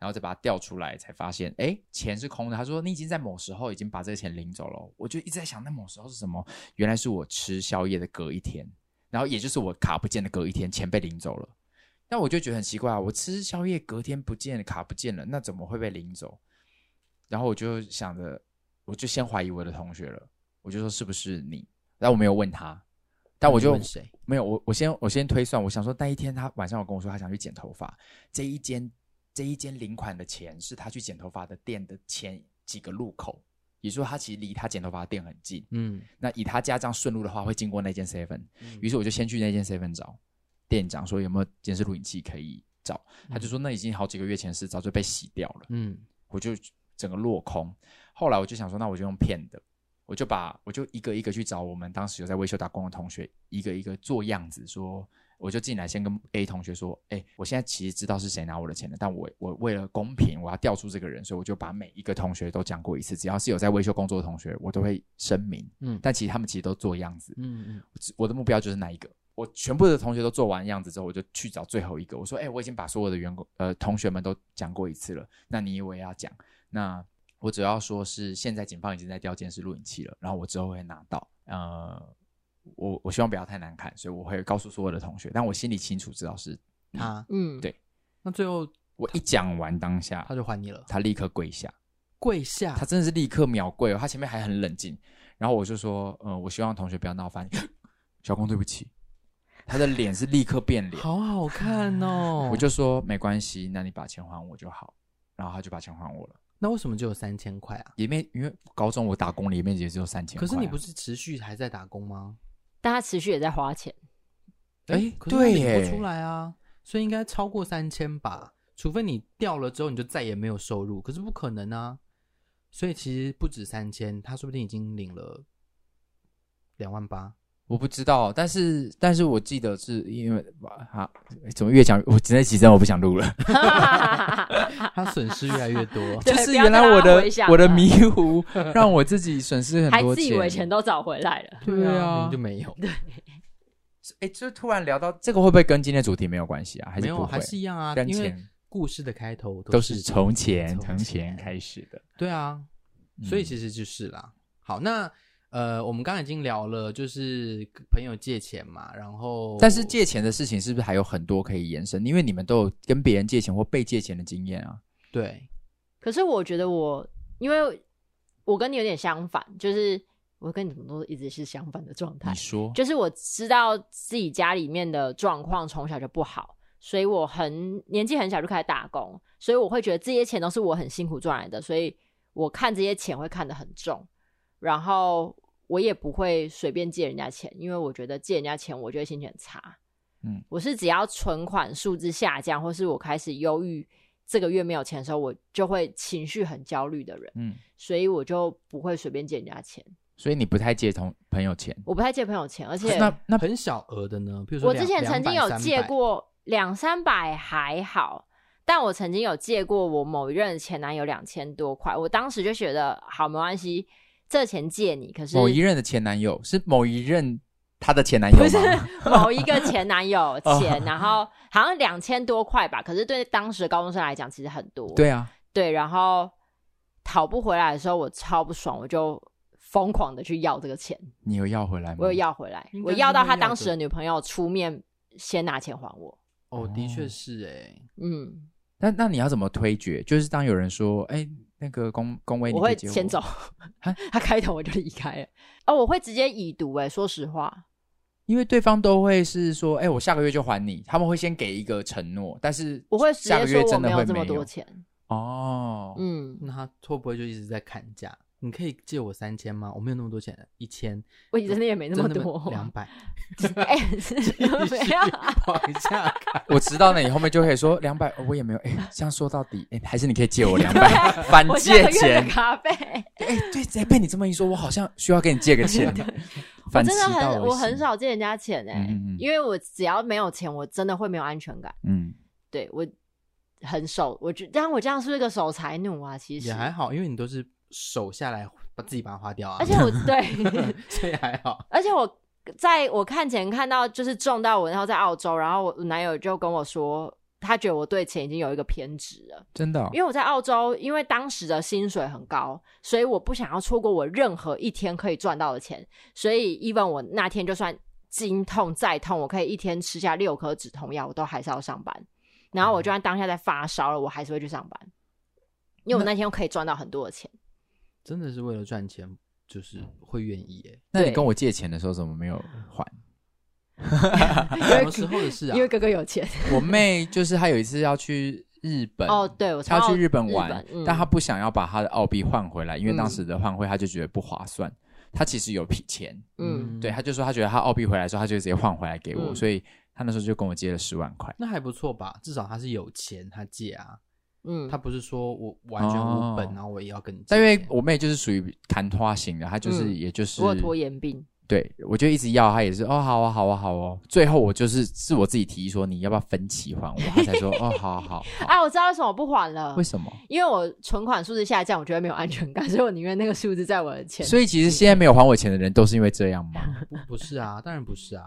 S1: 然后再把它调出来，才发现，哎，钱是空的。他说你已经在某时候已经把这个钱领走了。我就一直在想，那某时候是什么？原来是我吃宵夜的隔一天，然后也就是我卡不见的隔一天，钱被领走了。那我就觉得很奇怪啊，我吃宵夜隔天不见了，卡不见了，那怎么会被领走？然后我就想着，我就先怀疑我的同学了，我就说是不是你？但我没有问他，但我
S3: 你
S1: 就
S3: 问谁？
S1: 没有我我先我先推算，我想说那一天他晚上有跟我说他想去剪头发，这一间这一间领款的钱是他去剪头发的店的前几个路口，也就是说他其实离他剪头发的店很近。
S3: 嗯，
S1: 嗯那以他家这样顺路的话，会经过那间 seven，于是我就先去那间 seven 找，店长说有没有监视录影器可以找，他就说那已经好几个月前的事，早就被洗掉了。
S3: 嗯
S1: 我就整个落空。后来我就想说，那我就用骗的，我就把我就一个一个去找我们当时有在维修打工的同学，一个一个做样子说。我就进来，先跟 A 同学说：“哎、我现在其实知道是谁拿我的钱了，但我我为了公平，我要调出这个人，所以我就把每一个同学都讲过一次。只要是有在维修工作的同学，我都会声明。
S3: 嗯
S1: 但其实他们其实都做样子，
S3: 嗯嗯，
S1: 我的目标就是那一个。我全部的同学都做完样子之后，我就去找最后一个。我说：“哎、我已经把所有的员工呃同学们都讲过一次了，那你我也要讲。那我只要说是现在警方已经在调监视录影器了，然后我之后会拿到。呃，我我希望不要太难看，所以我会告诉所有的同学。但我心里清楚知道是
S3: 他
S2: 嗯，
S1: 对
S3: 那最后
S1: 我一讲完当下
S3: 他，就还你了，
S1: 他立刻跪下，
S3: 跪下
S1: 他，真的是立刻秒跪哦，他前面还很冷静。然后我就说：“呃，我希望同学不要闹翻， (gasps) 小光对不起。”他的脸是立刻变 (laughs) 脸。
S3: 好好看哦。
S1: (laughs) 我
S2: 嗯
S1: 就说没关系，那你把钱还我就好。然后他就把钱还我了，
S3: 那为什么只有三千块啊？
S1: 里面因为高中我打工里面也只有三千、啊
S3: 可是你不
S1: 是，
S3: 是持续还在打工吗？
S2: 但他持续也在花钱， (laughs)
S1: 哎
S3: 可是他领
S1: 对耶
S3: 不出来啊，所以应该超过三千吧，除非你掉了之后你就再也没有收入，可是不可能啊。所以其实不止三千，他说不定已经领了两万八。
S1: 我不知道，但是但是我记得是因为啊，怎么越讲我真的起身我不想录了，
S2: 啊
S3: 他损失越来越多。
S2: 对
S1: 就是
S2: 不要
S1: 原来
S2: 再让
S1: 我
S2: 他
S1: 的
S2: 回想
S1: 我的
S2: 了
S1: 迷糊让我自己损失
S2: 还
S1: 很多
S2: 自以为钱都找回来了。
S1: 对啊
S3: 明明就没有，
S1: 哎、就突然聊到这个会不会跟今天的主题没有关系啊？还
S3: 没
S1: 是不
S3: 有，
S1: 会？
S3: 还是一样啊。
S1: 跟
S3: 因为
S1: 钱
S3: 故事的开头
S1: 都
S3: 是
S1: 是从钱
S3: 从
S1: 从钱
S3: 钱
S1: 开始嗯的，
S3: 对啊，所以
S1: 实
S3: 其实就是啦。好，那呃，我们刚才已经聊了，就是朋友借钱嘛，然后
S1: 但是借钱的事情是不是还有很多可以延伸？因为你们都有跟别人借钱或被借钱的经验啊。
S3: 对，
S2: 可是我觉得我，因为我跟你有点相反，就是我跟你怎么都一直是相反的状态
S1: 你。说，
S2: 就是我知道自己家里面的状况从小就不好，所以我很年纪很小就开始打工，所以我会觉得这些钱都是我很辛苦赚来的，所以我看这些钱会看得很重，然后我也不会随便借人家钱，因为我觉得借人家钱我就会心情很差。
S1: 嗯，
S2: 我是只要存款数字下降，或是我开始忧郁，这个月没有钱的时候，我就会情绪很焦虑的人，
S1: 嗯，
S2: 所以我就不会随便借人家钱，
S1: 所以你不太借同朋友钱。
S2: 我不太借朋友钱，而且
S1: 那那
S3: 很小额的呢，比如说
S2: 我
S3: 两
S2: 之前曾经有借，
S3: 200 300
S2: 过两三百还好，但我曾经有借过我某一任前男友两千多块，我当时就觉得好没关系，这钱借你，可是
S1: 某一任的前男友是某一任他的前男友
S2: 不是
S1: 吗？
S2: 某一个前男友
S1: (laughs) 哦
S2: 钱，然后好像两千多块吧，可是对当时的高中生来讲其实很多，
S1: 对啊，
S2: 对，然后讨不回来的时候我超不爽，我就疯狂的去要这个钱，
S1: 你有要回来吗？
S2: 我有。要回来
S3: 应，该
S2: 我
S3: 是
S2: 要到
S3: 会
S2: 他
S3: 要
S2: 当
S3: 的
S2: 时的女朋友出面先拿钱还我，
S3: 哦，的确是哎，
S2: 嗯。
S1: 那那你要怎么推决？就是当有人说，哎，那个龚龚威，你
S2: 我
S1: 可以
S2: 会
S1: 借我 (laughs)
S2: 先走，
S1: 啊
S2: (laughs) 他开头我就离开了。哦，我会直接已读哎、说实话，
S1: 因为对方都会是说，哎，我下个月就还你，他们会先给一个承诺，但是
S2: 我会直
S1: 下
S2: 接
S1: 个月
S2: 说我
S1: 真
S2: 没
S1: 的会
S2: 这么
S1: 没有
S2: 多钱。
S1: 哦，
S2: 嗯，
S3: 那他会不会就一直在砍价？你可以借我三千吗？我没有那么多钱，一千，
S2: 我真的也没那么多，
S3: 两百，
S2: 哎，
S1: (laughs)
S2: 是 (laughs) 没有
S3: (laughs)
S2: 啊
S3: 往
S2: (laughs)
S3: 下砍。
S1: 啊我知道了，你后面就可以说两百、哦我也没有。哎、这样说到底，哎、还是你可以借
S2: (laughs)
S1: 我两百，反
S2: 啊我下
S1: 借
S2: 个月
S1: 钱
S2: 的。咖
S1: (laughs)
S2: 啡，
S1: 哎、对，哎、被你这么一说，我好像需要跟你
S2: (laughs)
S1: 借个钱。(laughs)
S2: 我
S1: 反
S2: 真的
S1: 其道而
S2: 很，我很
S1: 行。
S2: 少借人家钱
S1: 嗯
S2: 哎、
S1: 嗯嗯
S2: 因为我只要没有钱，我真的会没有安全感。
S1: 嗯，
S2: 对我很守，我觉，但我这样是不是个守财奴啊？其实
S3: 也还好，因为你都是手下来把自己把它花掉啊，
S2: 而且我对。
S3: (laughs) 所以还好。
S2: 而且我在我看前看到就是中到我，然后在澳洲，然后我男友就跟我说，他觉得我对钱已经有一个偏执了，
S1: 真的哦、
S2: 因为我在澳洲，因为当时的薪水很高，所以我不想要错过我任何一天可以赚到的钱，所以 even 我那天就算经痛再痛，我可以一天吃下六颗止痛药，我都还是要上班。然后我就算当下在发烧了，我还是会去上班，因为我那天又可以赚到很多的钱。
S3: 真的是为了赚钱，就是会愿意欸
S2: (laughs)
S3: 耶。
S1: 那你
S2: 对
S1: 跟我借钱的时候怎么没有还？ (laughs)
S3: 什么时候的事啊
S2: 因？为哥哥有钱
S1: 我妹就是她有一次要去日本，
S2: 哦，对我
S1: 她要
S2: 从澳
S1: 啊去日本玩，
S2: 嗯
S1: 但她不想要把她的澳币换回来，因为
S2: 嗯
S1: 当时的换汇她就觉得不划算。她其实有批钱，
S2: 嗯
S1: 对，他就说他觉得他澳币回来的时候，他就直接换回来给我，
S2: 嗯
S1: 所以他那时候就跟我借了十万块。
S3: 那还不错吧？至少他是有钱，他借啊，
S2: 嗯，
S3: 他不是说我完全无本，
S1: 哦
S3: 然后我也要跟你借
S1: 但
S3: 钱。
S1: 因为我妹就是属于昙花型的，她就是、
S2: 嗯
S1: 也就是
S2: 我有拖延病，
S1: 对我就一直要，她也是哦好啊好啊好哦，最后我就是是我自己提议说你要不要分期还我，她才说哦好啊好啊
S2: (laughs)
S1: 好啊，
S2: 啊，我知道为什么我不还了
S1: 为，
S2: (laughs)
S1: 什么？
S2: 因为我存款数字下降，我觉得没有安全感，所以我宁愿那个数字在我的钱。
S1: 所以其实现在没有还我钱的人都是因为这样吗？
S2: (laughs)
S3: (laughs) 不不是啊，当然不是啊，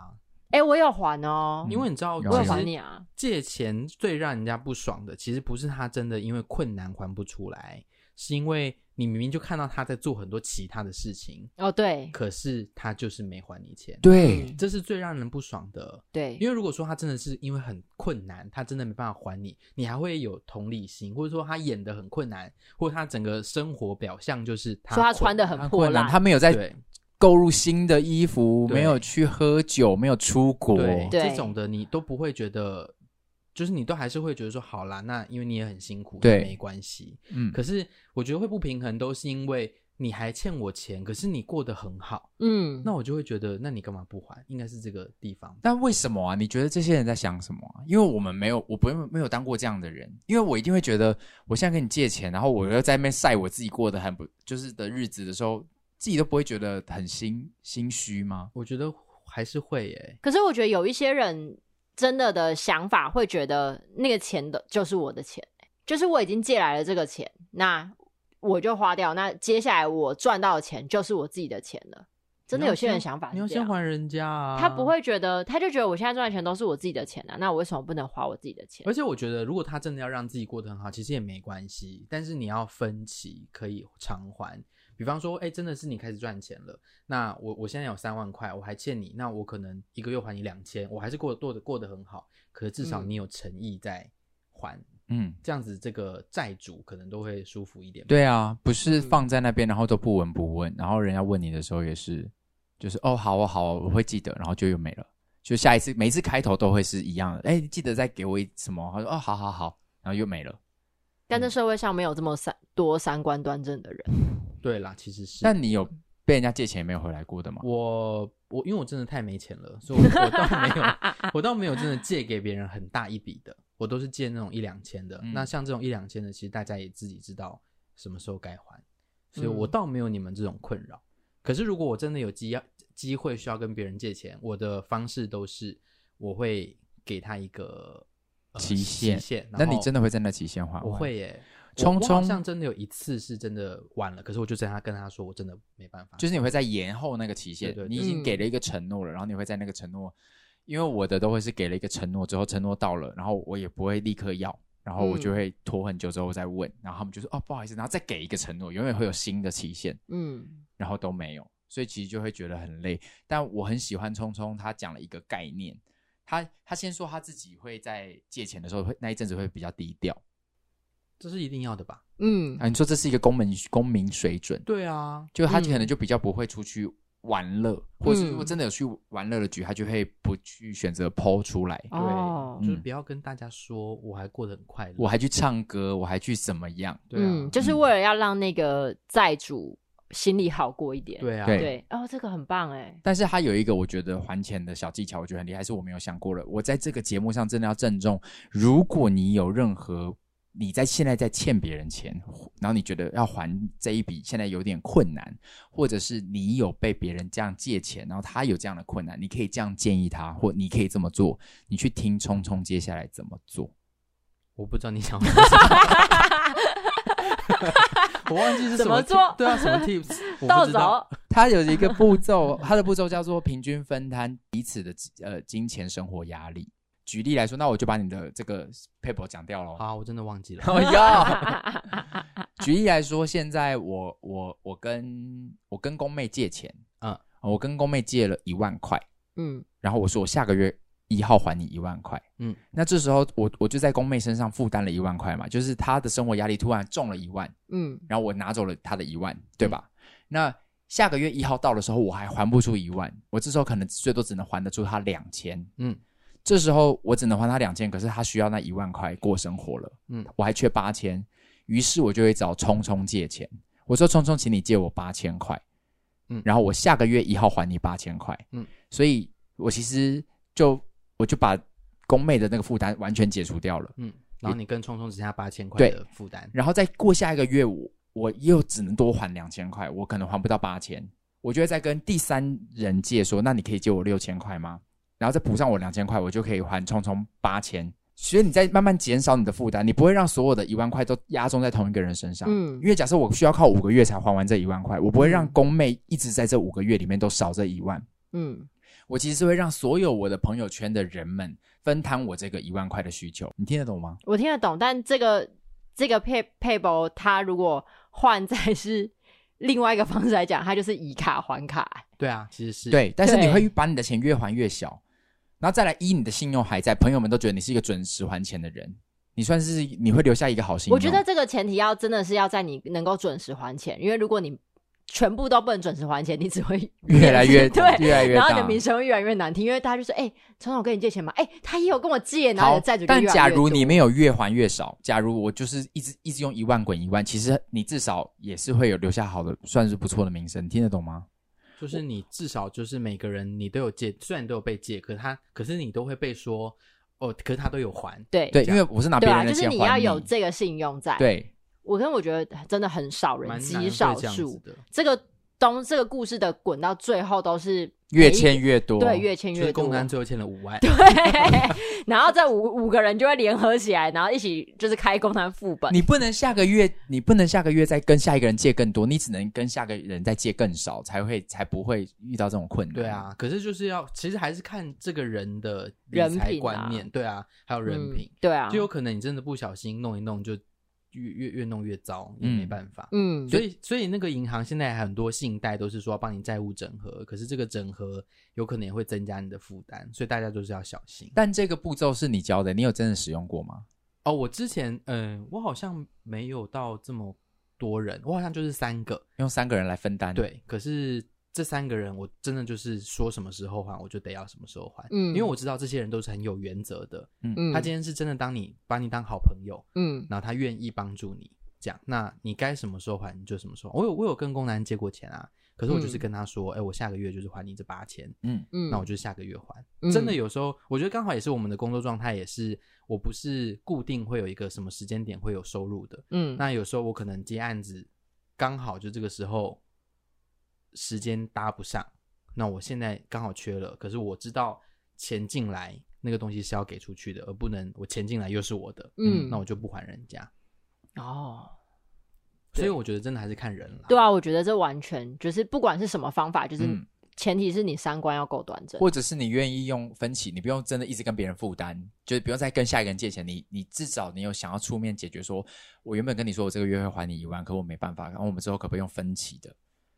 S2: 哎、我有还哦，
S3: 因为你知道，
S1: 有
S2: 我有
S3: 其
S2: 还你
S3: 实
S2: 啊，
S3: 借钱最让人家不爽的，其实不是他真的因为困难还不出来，是因为你明明就看到他在做很多其他的事情，
S2: 哦对
S3: 可是他就是没还你钱，
S1: 对，
S2: 嗯
S3: 这是最让人不爽的。
S2: 对，
S3: 因为如果说他真的是因为很困难，他真的没办法还你，你还会有同理心，或者说他演的很困难，或者他整个生活表象就是他
S2: 说他
S3: 困
S2: 穿的
S1: 很
S2: 很破
S1: 困
S2: 烂
S1: 难，，他没有在
S3: 对
S1: 购入新的衣服，
S3: 对
S1: 没有去喝酒，没有出国，
S3: 对
S2: 对
S3: 这种的，你都不会觉得，就是你都还是会觉得说好啦，那因为你也很辛苦，
S1: 对
S3: 那没关系。
S1: 嗯，
S3: 可是我觉得会不平衡，都是因为你还欠我钱，可是你过得很好，
S2: 嗯，
S3: 那我就会觉得，那你干嘛不还？应该是这个地方吧。
S1: 但为什么啊？你觉得这些人在想什么啊、因为我们没有，我不没有当过这样的人，因为我一定会觉得，我现在跟你借钱，然后我又在那边晒我自己过得很不就是的日子的时候，自己都不会觉得很心心虚吗？
S3: 我觉得还是会耶、
S2: 可是我觉得有一些人真的的想法会觉得那个钱的就是我的钱，就是我已经借来了这个钱，那我就花掉，那接下来我赚到的钱就是我自己的钱了。真的有些人想法
S3: 你要
S2: 是这
S3: 先
S2: 样，
S3: 还人家啊，
S2: 他不。会觉得，他就觉得我现在赚的钱都是我自己的钱啊，那我为什么不能花我自己的钱
S3: 而？且我觉得，如果他真的要让自己过得很好，其实也没关系。但是你要分期，可以偿还。比方说，哎、真的是你开始赚钱了，那我我现在有三万块，我还欠你，那我可能一个月还你两千，我还是过得过得过得很好。可是至少
S2: 嗯
S3: 你有诚意在还，
S1: 嗯，
S3: 这样子这个债主可能都会舒服一点。，
S1: 对啊，不是放在那边，然后都不闻不问，然后人家问你的时候也是，就是哦，好啊，好啊，我会记得，然后就又没了。就下一次，每一次开头都会是一样的，哎，记得再给我一什么？他说哦，好好好，然后又没了。
S2: 但这社会上没有这么三多三观端正的人，
S3: 对啦，其实是。
S1: 但你有被人家借钱没有回来过的吗？
S3: 我我因为我真的太没钱了，所以我我倒没有，我倒没有真的借给别人很大一笔的，我都是借那种一两千的。
S1: 嗯
S3: 那像这种一两千的，其实大家也自己知道什么时候该还，所以
S2: 嗯
S3: 我倒没有你们这种困扰。可是如果我真的有机机会需要跟别人借钱，我的方式都是我会给他一个、呃
S1: 期限
S3: 期限。
S1: 那你真
S3: 的
S1: 的会在那期限还完？
S3: 我会耶。我
S1: 匆
S3: 我好
S1: 匆
S3: 像真的有一次是真的晚了，可是我就跟他跟他说，我真的没办法，
S1: 就是你会在延后那个期限，
S3: 对对对嗯
S1: 你已经给了一个承诺了，然后你会在那个承诺，因为我的都会是给了一个承诺之后，承诺到了，然后我也不会立刻要，然后我
S3: 嗯
S1: 就会拖很久之后再问，然后他们就说哦不好意思，然后再给一个承诺，永远会有新的期限，
S2: 嗯
S1: 然后都没有，所以其实就会觉得很累。但我很喜欢聪聪他讲了一个概念，他他先说他自己会在借钱的时候会那一阵子会比较低调
S3: 这是一定要的吧？
S2: 嗯
S3: 哎
S1: 啊，你说这是一个公民公民水准。
S3: 对啊，
S1: 就他
S2: 嗯
S1: 可能就比较不会出去玩乐，或是
S2: 嗯
S1: 如果真的有去玩乐的局，他就会不去选择抛出来。
S3: 对，
S2: 哦
S3: 就是
S1: 嗯
S3: 不要跟大家说我还过得很快乐，
S1: 我还去唱歌，我还去怎么样？
S3: 对啊，
S2: 嗯，就是为了要让那个债主心里好过一点。
S3: 对啊，
S1: 对
S2: 对，哦，这个很棒哎，
S1: 但是他有一个我觉得还钱的小技巧，我觉得很厉害，是我没有想过的。我在这个节目上真的要郑重，如果你有任何你在现在在欠别人钱，然后你觉得要还这一笔现在有点困难，或者是你有被别人这样借钱，然后他有这样的困难，你可以这样建议他，或你可以这么做，你去听聪聪接下来怎么做。
S3: 我不知道你想说什么， (laughs) 我忘记是什
S2: 怎么
S3: tip-
S2: 做
S3: 对啊，什
S2: (laughs)
S3: 么 tips，我
S2: 到
S3: 不知道。
S2: 手，
S3: (laughs)
S1: 它有一个步骤， (laughs) 它的步骤叫做平均分摊彼此的呃金钱生活压力。举例来说，那我就把你的这个 paper 讲掉 (laughs) 了。
S3: 好，我真的忘记了。
S1: 哦 (laughs) 哟，举例来说，现在我我我跟我跟宫妹借钱，
S3: 嗯
S1: 嗯，我跟宫妹借了一万块，
S2: 嗯
S1: 然后我说我下个月一号还你一万块，
S3: 嗯
S1: 嗯，那这时候我我就在宫妹身上负担了一万块嘛，就是她的生活压力突然重了一万，
S2: 嗯
S1: 然后我拿走了他的一万，对吧？那下个月一号到的时候，我还还不出一万，我这时候可能最多只能还得出他两千。
S3: 嗯，
S1: 这时候我只能还他两千，可是他需要那一万块过生活了。
S3: 嗯
S1: 嗯，我还缺八千，于是我就会找聪聪借钱。我说：“聪聪，请你借我八千块。”
S3: 嗯
S1: 嗯，然后我下个月一号还你八千块。
S3: 嗯
S1: 嗯，所以我其实就我就把宫妹的那个负担完全解除掉了，
S3: 嗯，然后你跟聪聪只剩下八千块的负担，
S1: 然后再过下一个月，我我又只能多还两千块，我可能还不到八千，我就会再跟第三人借说，那你可以借我六千块吗？然后再补上我两千块，我就可以还聪聪八千。所以你在慢慢减少你的负担，你不会让所有的一万块都压中在同一个人身上。
S2: 嗯
S1: 因为假设我需要靠五个月才还完这一万块，我不会让宫妹一直在这五个月里面都少这一万。
S2: 嗯
S1: 我其实是会让所有我的朋友圈的人们分摊我这个一万块的需求，你听得懂吗？
S2: 我听得懂，但这个这个配配博，它如果换在是另外一个方式来讲，它就是以卡还卡。欸
S3: 对啊，其实是，
S1: 对，但是你
S2: 对
S1: 会把你的钱越还越小，然后再来一你的信用还在，朋友们都觉得你是一个准时还钱的人，你算是你会留下一个好信用。
S2: 我觉得这个前提要真的是要在你能够准时还钱，因为如果你全部都不能准时还钱，你只会
S1: (laughs) 越来越
S2: (laughs) 对。
S1: 越来越
S2: 然后
S1: 大
S2: 你的名声会越来越难听，因为大家就说：“哎、陈总跟你借钱嘛，哎、他也有跟我借，然后
S1: 好
S2: 你的债主就
S1: 但
S2: 越来越
S1: 假如
S2: 多
S1: 你没有越还越少，假如我就是一直一直用一万滚一万，其实你至少也是会有留下好的，算是不错的名声，听得懂吗？
S3: 就是你至少就是每个人你都有借，虽然都有被借，可是他可是你都会被说哦，可是他都有还，
S2: 对
S1: 对，因为我是拿别
S2: 对
S1: 人
S2: 啊，
S1: 的
S2: 就是
S1: 钱
S2: 你
S1: 还
S2: 要有这个信用在。，
S1: 对
S2: 我跟我觉得真的很少人，
S3: 蛮难
S2: 极
S3: 会
S2: 少
S3: 这样
S2: 数
S3: 子，的。
S2: 这个东这个故事的滚到最后都是
S1: 越欠越多，
S2: 对越欠
S3: 就是
S2: 越多
S3: 共，产最后欠了五万，
S2: 对， (laughs) 然后这五五个人就会联合起来，然后一起就是开共产副本。
S1: 你不能下个月，你不能下个月再跟下一个人借更多，你只能跟下个人再借更少，才会才不会遇到这种困难。
S2: 嗯
S3: 对，啊，可是就是要其实还是看这个人的理
S2: 人
S3: 财
S2: 品啊
S3: 观念，对啊，还有人品
S2: 嗯，，对啊
S3: 就，有可能你真的不小心弄一弄就越越越弄越糟，也没
S1: 嗯
S3: 办法。
S2: 嗯，
S3: 所以，所以那个银行现在很多信贷都是说要帮你债务整合，可是这个整合有可能也会增加你的负担，所以大家都是要小心。
S1: 但这个步骤是你教的，你有真的使用过吗？
S3: 哦，我之前，嗯、我好像没有到这么多人，我好像就是三个，
S1: 用三个人来分
S2: 嗯
S1: 担，，
S3: 对。可是这三个人，我真的就是说什么时候还，我就得要什么时候还，
S2: 嗯
S3: 因为我知道这些人都是很有原则的，
S2: 嗯
S3: 他今天是真的当你把你当好朋友，
S2: 嗯
S3: 然后他愿意帮助你，这样，那你该什么时候还你就什么时候还。我有我有跟工男借过钱啊，可是我就是
S2: 嗯
S3: 跟他说，哎、我下个月就是还你这八千，
S1: 嗯，
S2: 嗯，
S3: 那我就下个月还。
S2: 嗯
S3: 真的有时候，我觉得刚好也是我们的工作状态，也是我不是固定会有一个什么时间点会有收入的。
S2: 嗯
S3: 那有时候我可能接案子，刚好就这个时候时间搭不上，那我现在刚好缺了，可是我知道钱进来那个东西是要给出去的，而不能我钱进来又是我的，
S2: 嗯
S3: 那我就不还人家。
S2: 哦，
S3: 所以我觉得真的还是看人啦。
S2: 对啊，我觉得这完全就是不管是什么方法，就是
S1: 嗯
S2: 前提是你三观要够端正。
S1: 或者是你愿意用分期，你不用真的一直跟别人负担，就是不用再跟下一个人借钱，你你至少你有想要出面解决说我原本跟你说我这个月会还你一万，可我没办法，然后我们之后可不可以用分期的？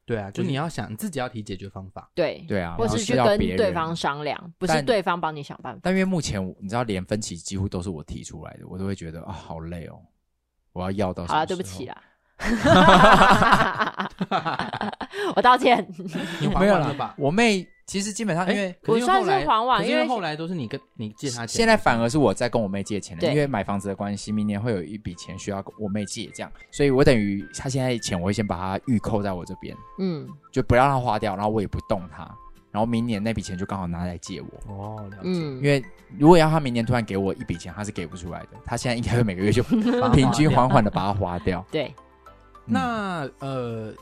S3: 对啊，就你要想你自己要提解决方
S2: (laughs)
S3: 法。
S2: 对
S1: 对啊
S2: 或
S1: 然后
S2: 是去
S1: 是要
S2: 跟
S1: 别人
S2: 对方商量，不是
S1: 但
S2: 对方帮你想办法。
S1: 但因为目前我你知道，连分歧几乎都是我提出来的，我都会觉得啊、好累哦，我要要到。
S2: 好啦，对不起。啦， (laughs) 我道
S3: (laughs)
S2: 歉。
S3: 你还
S1: 没有
S3: 完
S1: 啦
S3: 了吧？
S1: 我妹其实基本上因为、
S3: 哎可是因为
S2: 我算
S3: 后来
S2: 是还完
S3: 可是
S2: 因
S3: 因
S2: 为
S3: 后来都是你跟你借他钱，
S1: 现在反而是我在跟我妹借钱了，
S2: 对
S1: 因为买房子的关系，明年会有一笔钱需要我妹借，这样，所以我等于她现在钱我会先把它预扣在我这边，
S2: 嗯
S1: 就不要让她花掉，然后我也不动它，然后明年那笔钱就刚好拿来借我。
S3: 哦，了解，
S2: 嗯
S1: 因，为如果要她明年突然给我一笔钱，她是给不出来的。她现在应该会每个月就
S3: (laughs) 把它
S1: 平均
S3: 花掉
S1: 缓缓的把它花掉。
S2: 对，
S3: 那呃，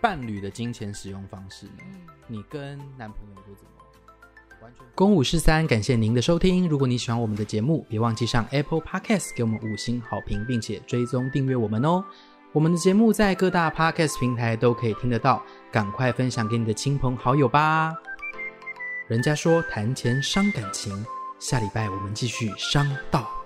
S3: 伴侣的金钱使用方式呢？你跟男朋友都怎么？完全。公五十三，感谢您的收听。如果你喜欢我们的节目，别忘记上 Apple Podcast 给我们五星好评，并且追踪订阅我们哦。我们的节目在各大 Podcast 平台都可以听得到，赶快分享给你的亲朋好友吧。人家说谈钱伤感情，下礼拜我们继续伤到底。